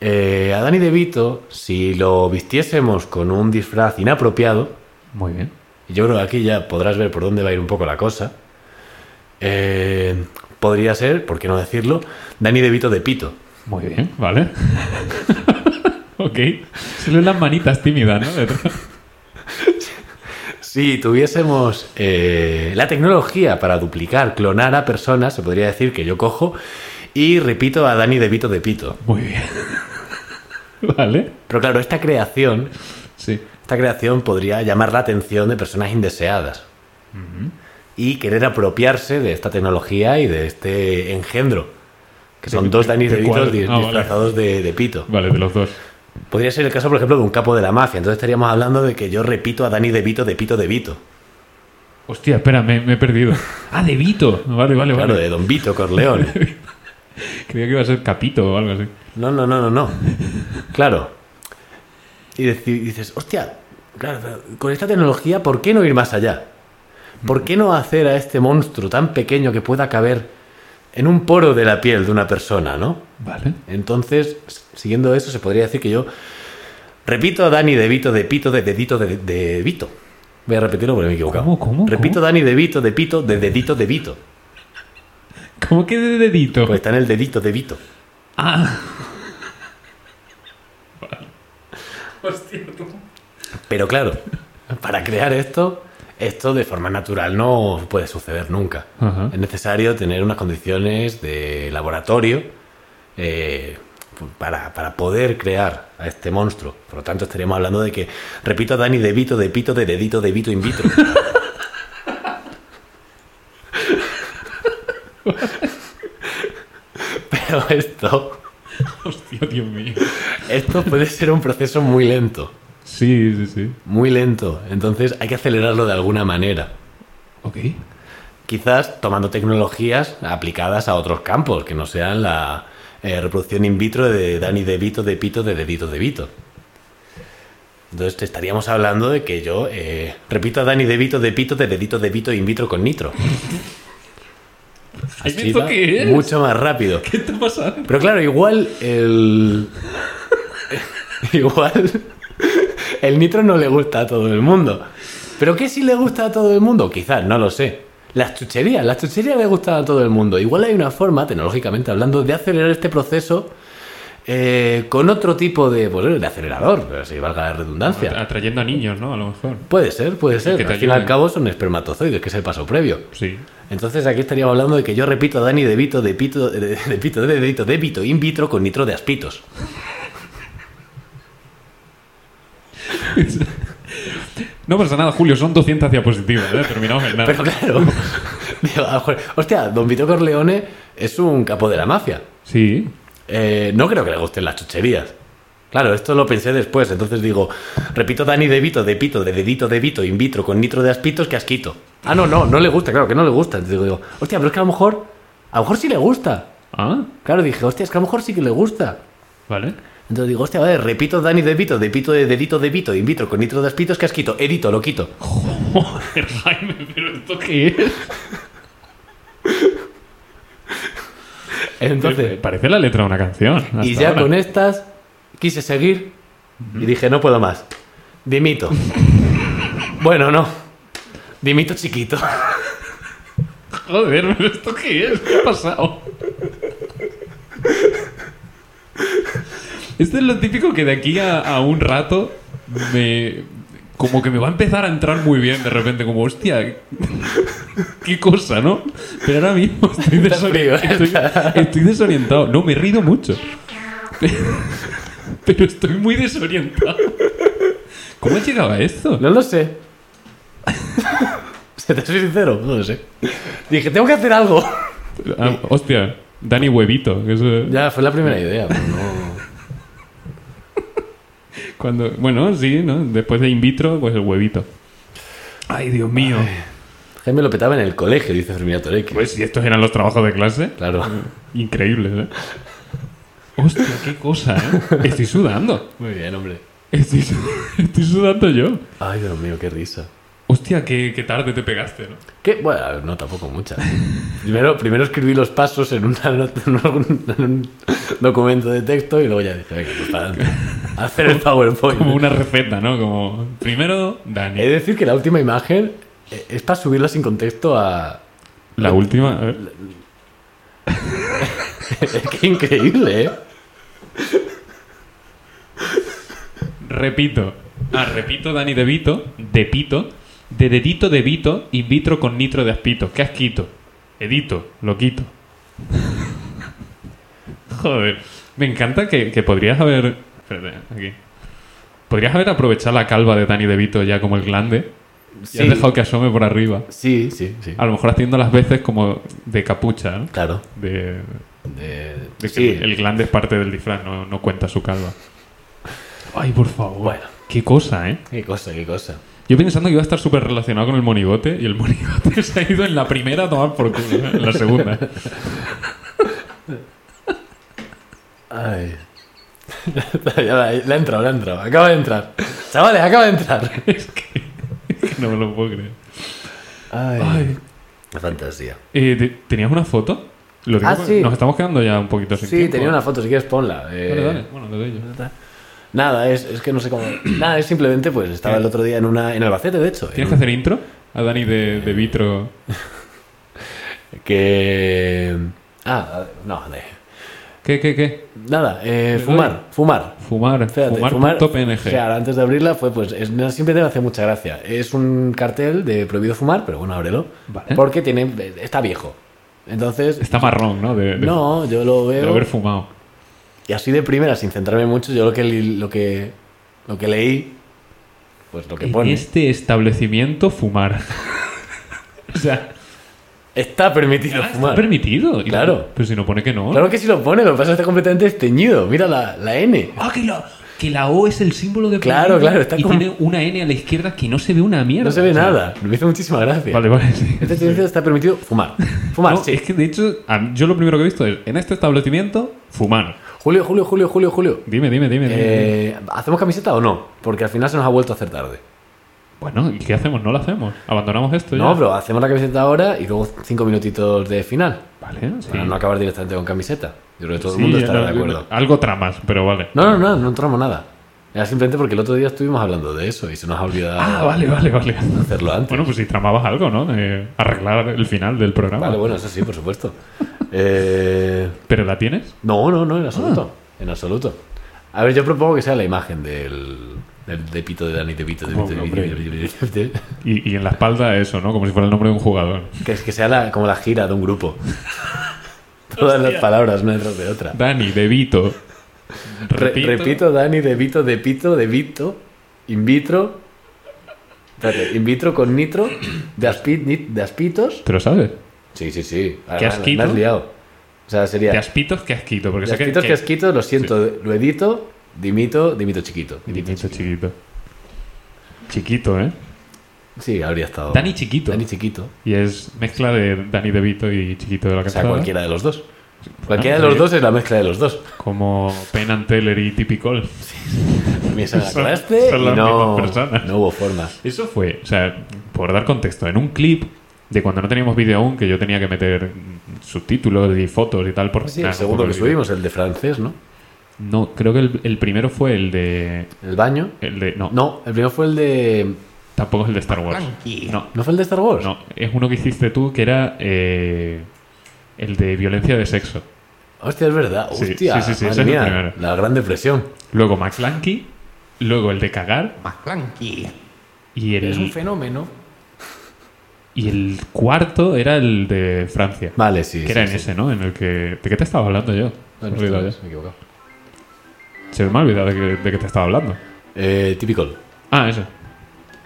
Eh, a Dani De Vito, si lo vistiésemos con un disfraz inapropiado,
Muy bien.
y yo creo que aquí ya podrás ver por dónde va a ir un poco la cosa, eh, podría ser, ¿por qué no decirlo? Dani De Vito de Pito.
Muy bien, ¿vale? [laughs] ok. Solo las manitas tímidas, ¿no? Detrás.
Si tuviésemos eh, la tecnología para duplicar, clonar a personas, se podría decir que yo cojo y repito a Dani De Vito de Pito.
Muy bien. [laughs] ¿Vale?
Pero claro, esta creación
Sí.
Esta creación podría llamar la atención de personas indeseadas y querer apropiarse de esta tecnología y de este engendro, que son
¿De-
dos
de-
Danis
de
de Vito
cuál?
dis-
Ah, vale.
disfrazados de, de pito.
Vale, de los dos.
Podría ser el caso, por ejemplo, de un capo de la mafia. Entonces estaríamos hablando de que yo repito a Dani de Vito de Pito de Vito.
Hostia, espera, me, me he perdido. Ah, de Vito. Vale, vale,
Claro,
vale.
de Don Vito Corleone.
Creía que iba a ser Capito o algo así.
No, no, no, no, no. Claro. Y deci- dices, hostia, claro, pero con esta tecnología, ¿por qué no ir más allá? ¿Por qué no hacer a este monstruo tan pequeño que pueda caber en un poro de la piel de una persona, no?
Vale.
Entonces, s- siguiendo eso, se podría decir que yo repito a Dani de Vito, de Pito, de Dedito, de, de Vito. Voy a repetirlo porque me he equivocado.
¿Cómo, cómo,
Repito
cómo?
Dani de Vito, de Pito, de Dedito, de Vito.
¿Cómo que de dedito?
Porque está en el dedito de Vito.
Ah. Vale. Hostia,
Pero claro, para crear esto, esto de forma natural no puede suceder nunca.
Ajá.
Es necesario tener unas condiciones de laboratorio eh, para, para poder crear a este monstruo. Por lo tanto, estaríamos hablando de que, repito, Dani de Vito, de Pito, de Dedito, de Vito in vitro. [laughs] Pero esto,
Hostia, Dios mío.
esto puede ser un proceso muy lento.
Sí, sí, sí.
Muy lento. Entonces hay que acelerarlo de alguna manera.
Ok.
Quizás tomando tecnologías aplicadas a otros campos, que no sean la eh, reproducción in vitro de Dani de Vito, de Pito, de Dedito, de Vito. Entonces te estaríamos hablando de que yo eh, repito a Dani de Vito, de Pito, de Dedito, de Vito in vitro con nitro.
Jaime,
Así
¿esto
va
qué es?
Mucho más rápido.
¿Qué está pasando?
Pero claro, igual el. [laughs] igual. El nitro no le gusta a todo el mundo. ¿Pero qué si le gusta a todo el mundo? Quizás, no lo sé. Las chucherías, las chucherías le gustan a todo el mundo. Igual hay una forma, tecnológicamente hablando, de acelerar este proceso eh, con otro tipo de, pues, de acelerador, si valga la redundancia.
Atrayendo a niños, ¿no? A lo mejor.
Puede ser, puede ser.
que te
Al fin y al
ayuden.
cabo son espermatozoides, que es el paso previo.
Sí.
Entonces aquí estaríamos hablando de que yo repito a Dani de Vito, de Pito, de, de Pito, de Dedito, de Vito, in vitro con nitro de aspitos.
No pasa nada, Julio, son 200 diapositivas, ¿eh? Terminamos en nada.
Pero claro, [laughs] digo, a lo mejor- hostia, Don Vito Corleone es un capo de la mafia.
Sí.
Eh, no creo que le gusten las chucherías. Claro, esto lo pensé después, entonces digo, repito Dani de Vito, de Pito, de dedito de Vito, in vitro, con nitro de aspitos, que asquito. Ah, no, no, no le gusta, claro que no le gusta. Entonces digo, hostia, pero es que a lo mejor, a lo mejor sí le gusta.
Ah,
Claro, dije, hostia, es que a lo mejor sí que le gusta.
vale.
Entonces digo, hostia, vale, repito Dani de Vito, de Pito, de dedito de Vito, in vitro, con nitro de aspitos, que asquito. Edito, lo quito.
Joder, [laughs] Jaime, pero esto qué es.
Entonces,
Parece la letra de una canción.
y
hasta
ya
ahora.
con estas quise seguir y dije, no puedo más. [laughs] Dimito. bueno, no. Dimito [laughs] chiquito.
Joder, pero esto qué es, ¿qué ha pasado? Esto es lo típico que de aquí a, a un rato me. Como que me va a empezar a entrar muy bien de repente, como hostia, qué cosa, ¿no? Pero ahora mismo estoy, desori-
frío,
estoy- estoy desorientado. No, me he rido mucho. Pero estoy muy desorientado. ¿Cómo he llegado a esto?
No lo sé. [laughs] Se te soy sincero, no lo sé. Dije, tengo que hacer algo.
Ah, hostia, Dani Huevito. que eso-
[laughs] Ya, fue la primera idea. pero no-
Cuando, bueno, sí, ¿no? Después de in vitro, pues el huevito. Ay, Dios mío.
Jaime lo petaba en el colegio, dice Fermina Torek.
Pues si estos eran los trabajos de clase,
Claro.
increíbles, ¿eh? Hostia, qué cosa, ¿eh? Estoy sudando.
Muy bien, hombre.
Estoy, su- [laughs] estoy sudando yo.
Ay, Dios mío, qué risa.
Hostia, qué, qué tarde te pegaste, ¿no?
Que, bueno, a ver, no, tampoco mucha. Primero, primero escribí los pasos en, una nota- en un, en un documento de texto y luego ya dije, venga, pues para adelante. A Hacer el PowerPoint.
Como una receta, ¿no? Como, primero,
He de
Dani.
decir que la última imagen eh, es para subirla sin contexto a... [laughs]
La última... a ver.
Qué increíble, ¿eh?
Repito. Ah, repito, Dani de Vito, de Pito, de dedito de Vito, in vitro con nitro de aspito. ¿Qué asquito? Edito, lo quito. [laughs] Joder, me encanta que, que podrías haber... Espérate, aquí. Podrías haber aprovechado la calva de Dani de Vito ya como el glande. Y has dejado que asome por arriba.
sí, sí, sí.
A lo mejor haciendo las veces como de capucha, ¿no?
Claro.
De,
De-
de que
sí.
el glande es parte del disfraz, no, no cuenta su calva. Ay, por favor.
Bueno.
Qué cosa, ¿eh?
Qué cosa, qué cosa.
Yo pensando que iba a estar súper relacionado con el monigote y el monigote [laughs] se ha ido en la primera a tomar por culo, ¿eh? en la segunda.
Ay. [laughs] ya la, la ha entrado, la ha entrado. Acaba de entrar. Chavales, acaba de entrar.
Es que, es que no me lo puedo creer.
Ay.
Ay.
Fantasía.
Eh, te- ¿Tenías una foto? Lo digo
Ah,
porque
sí.
Nos estamos quedando ya un poquito sin
Sí,
tiempo.
tenía una foto, si quieres ponla. Eh,
Dale, dale. Bueno, le doy yo.
Nada, es, es que no sé cómo. Nada, es simplemente, pues estaba
Eh,
el otro día en una en Albacete, de hecho. en
¿Tienes que hacer intro? A Dani de, de Vitro.
un- que. Ah, no, de-
¿Qué, qué, qué?
nada, eh,
doy?
fumar, fumar.
Fumar.
Espérate,
fumar. punto PNG.
Claro, antes de abrirla fue, pues, es, no, siempre te hace mucha gracia. Es un cartel de prohibido fumar, pero bueno, ábrelo.
Vale.
Porque tiene, está viejo. Entonces,
Está marrón, ¿no? De, de-
no, yo lo
de
veo.
haber fumado.
Y así de primera, sin centrarme mucho, yo lo que, li- lo que, lo que leí, pues lo que
En
pone.
este establecimiento, fumar. [laughs] o sea,
Está permitido
ah, está
fumar.
permitido. Y-
Claro.
Pero si no pone que no.
Claro que sí lo pone, lo que pasa es que está completamente esteñido. Mira la, la N.
Ah, que la, que la O es el símbolo de
Claro,
prohibido
claro, está
y
como-
tiene una N a la izquierda que no se ve una mierda.
No se ve
o sea.
nada. Me hizo muchísima gracia.
Vale, vale, sí.
Este establecimiento está permitido fumar.
[laughs]
Fumar,
No, eh.
sí.
Es que de hecho, a- yo lo primero que he visto es en este establecimiento, fumar.
Julio, Julio, Julio, Julio, Julio.
Dime, dime, dime. dime.
Eh, ¿Hacemos camiseta o no? Porque al final se nos ha vuelto a hacer tarde.
Bueno, ¿y qué hacemos? No lo hacemos. Abandonamos esto Pues ya.
No, pero hacemos la camiseta ahora y luego cinco minutitos de final.
Vale, sí.
Para no acabar directamente con camiseta. Yo creo que todo
Sí,
el mundo estará
no,
de acuerdo.
Algo tramas, pero vale.
No, no, no, no entramos nada. Era simplemente porque el otro día estuvimos hablando de eso y se nos ha olvidado
Ah, vale, vale, vale.
hacerlo
[laughs]
antes.
Bueno, pues si tramabas algo, ¿no? De arreglar el final del programa.
vale, bueno, eso sí, por supuesto. eh.
¿Pero la tienes?
No, no, no, en absoluto. En absoluto. A ver, yo propongo que sea la imagen del. del de Pito de Dani, de Pito, de Pito, de Pito,
Hombre.
de Pito, de Pito, de Pito.
Y, y en la espalda eso, ¿no? Como si fuera el nombre de un jugador.
Que, que sea la- como la gira de un grupo. Todas las palabras una detrás de otra.
Dani, De Vito.
Re- repito. Dani, de Pito, de Pito, de Pito, in vitro. Espérate, in vitro con nitro, de, aspi- nit- de aspitos.
¿Te lo sabes?
Sí, sí, sí.
Qué
Ah,
asquito.
Me has liado. O sea, sería.
De aspitos que asquito, porque
De
sé que,
aspitos
que-
que asquito, lo siento, lo edito, Dimito, dimito chiquito.
Dimito chiquito. Chiquito, ¿eh?
Sí, habría estado.
Dani Chiquito.
Oh. Dani chiquito.
Y es mezcla de Dani DeVito y Chiquito de la
O sea,
Calzada.
cualquiera de los dos. Cualquiera de
Ah, sí.
los dos es la mezcla de los dos.
Como Penn and Teller y Typical.
Me
[laughs]
se
Son-
agarraste
son
y
las
no,
mismas personas.
no hubo forma.
Eso fue, o sea, por dar contexto, en un clip de cuando no teníamos vídeo aún, que yo tenía que meter mm, subtítulos y fotos y tal. Por,
Ah, Sí,
nada,
el segundo
por
que
el vídeo.
subimos, el de francés, ¿no?
No, creo que el, el primero fue el de.
El baño.
El de. No,
No, el primero fue el de.
tampoco es el de Star Wars.
Tranqui.
No,
¿No fue el de Star Wars?
no, es uno que hiciste tú que era eh, el de violencia de sexo.
Hostia, es verdad.
Sí,
Hostia,
sí, sí, sí, ese
madre
es el
mía,
primero.
la Gran Depresión.
Luego McClanky, luego el de cagar
McClanky.
y el,
fenómeno.
y el cuarto era el de Francia.
Vale, sí.
que
sí,
era en
sí.
ese, ¿no? En el que... ¿De qué te estaba hablando yo?
Bueno,
Me he olvidado
ostras, me he equivocado.
ya. Se me ha olvidado de que, de que te estaba hablando.
Eh, típico.
Ah, eso.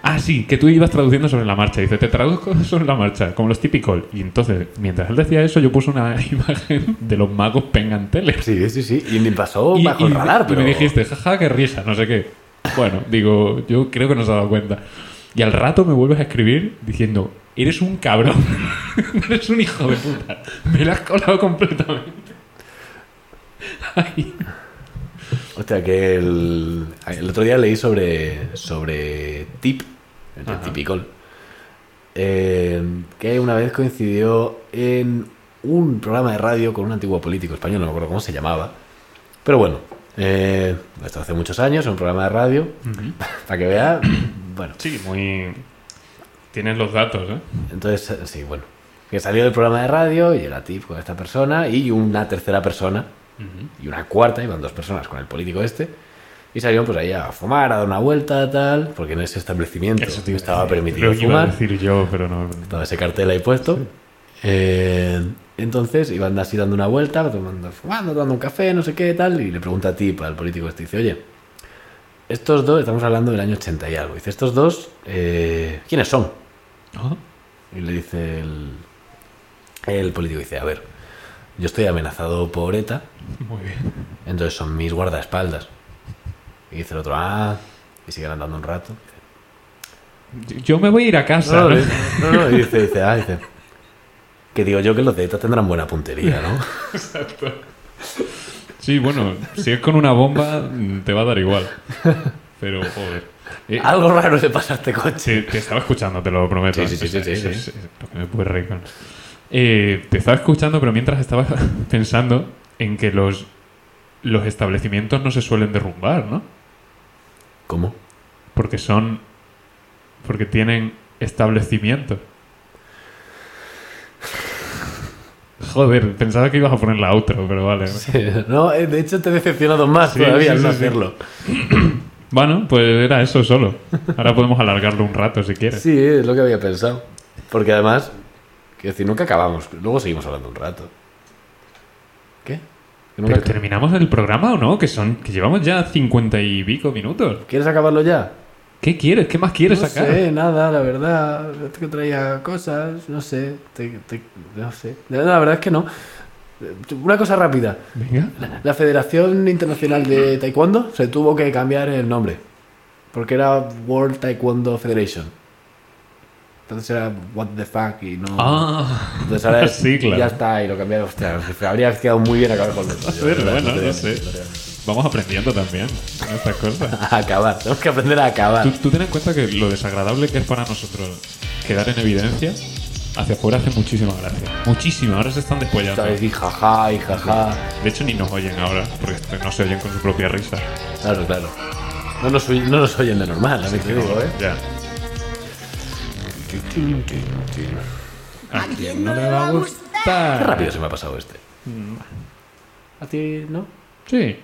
Ah, sí, que tú ibas traduciendo sobre la marcha. Dice, te traduzco [laughs] sobre la marcha, como los típicos. Y entonces, mientras él decía eso, yo puse una [laughs] imagen de los magos penganteles.
Sí, sí, sí. Y me pasó
Y,
bajo el
y-
radar,
y
pero.
me dijiste, jaja, qué risa, no sé qué. Bueno, digo, yo creo que no se ha dado cuenta. Y al rato me vuelves a escribir diciendo, eres un cabrón, [laughs] eres un hijo de puta. Me la has colado completamente. Ay,
Hostia, que el, el otro día leí sobre, sobre Tip, el de
Ajá.
Tipicol, eh, que una vez coincidió en un programa de radio con un antiguo político español, no me acuerdo cómo se llamaba, pero bueno, eh, esto hace muchos años, en un programa de radio, [laughs] para que vea, bueno,
Sí, muy... Tienes los datos, ¿eh?
entonces, eh, sí, bueno, que salió del programa de radio y era Tip con esta persona y una tercera persona y una cuarta, iban dos personas con el político este, y salieron pues ahí a fumar, a dar una vuelta, tal, porque en ese establecimiento
Eso te iba a
estaba
decir.
permitido
Creo que iba a
fumar,
decir yo, pero no...
estaba ese cartel ahí puesto. Eh, entonces iban así dando una vuelta, tomando, fumando, tomando un café, no sé qué, tal, y le pregunta a ti, al político este, dice, oye, estos dos, estamos hablando del año 80 y algo, dice, estos dos, eh, ¿quiénes son?
Ah,
Y le dice el, el político, dice, a ver, yo estoy amenazado por ETA,
Muy bien.
entonces son mis guardaespaldas. Y dice el otro, ah, y siguen andando un rato.
Yo me voy a ir a [laughs]
No,
casa. ¿eh?
no,
¿no?
le- no, no, y dice, dice, ah, dice. Que digo yo que los de ETA tendrán buena puntería, ¿no?
Sí, bueno, si es con una bomba mm, te va a dar igual. Pero, joder. Eh,
Algo raro le pasa a este coche.
te, te estaba escuchando, te lo prometo.
Sí, sí, sí,
O sea,
sí, sí,
eso
sí.
es- es lo que me pude reír con. Eh, te estaba escuchando, pero mientras estaba [laughs] pensando en que los, los establecimientos no se suelen derrumbar, ¿no?
¿Cómo?
Porque son. Porque tienen establecimientos. Joder, pensaba que ibas a poner la outro, pero vale.
No, eh, de hecho te he decepcionado más
Sí,
todavía
sí,
al no
sí, sí.
hacerlo.
Bueno, pues era eso solo. Ahora podemos alargarlo un rato si quieres.
Sí, es lo que había pensado. Porque además, quiero decir, nunca acabamos. Luego seguimos hablando un rato. ¿Qué? Que nunca
¿Pero
acab-
terminamos el programa o no? Que son que llevamos ya cincuenta y pico minutos.
¿Quieres acabarlo ya?
¿Qué quieres? ¿Qué más quieres
no
sacar?
sé, nada, la verdad. Es que traía cosas, no sé. te- te- no sé. No, la verdad es que no. Una cosa rápida.
Venga.
La Federación Internacional de Taekwondo se tuvo que cambiar el nombre. Porque era World Taekwondo Federation. Entonces era what the fuck y no.
Ah,
Entonces ahora es-
[laughs] sí, claro.
ya está y lo cambiaron. Hostia, [laughs] habría quedado muy bien
[laughs]
acabar con esto. yo,
Pero
la verdad,
bueno,
te-
no sé. Vamos aprendiendo también con estas cosas.
A acabar, tenemos que aprender a acabar.
Tú, tú ten en cuenta que lo desagradable que es para nosotros quedar en evidencia hacia afuera hace muchísima gracia. Muchísima, ahora se están despollando.
Sabes, y jaja, y jaja.
De hecho, ni nos oyen ahora, porque esto- no se oyen con su propia risa.
Claro, claro. No nos, oy- no nos oyen de normal, a mí te digo, ¿eh?
Ya.
¿A quién no le va a gustar?
Mm.
Qué rápido se me ha pasado este. ¿A ti no?
Sí,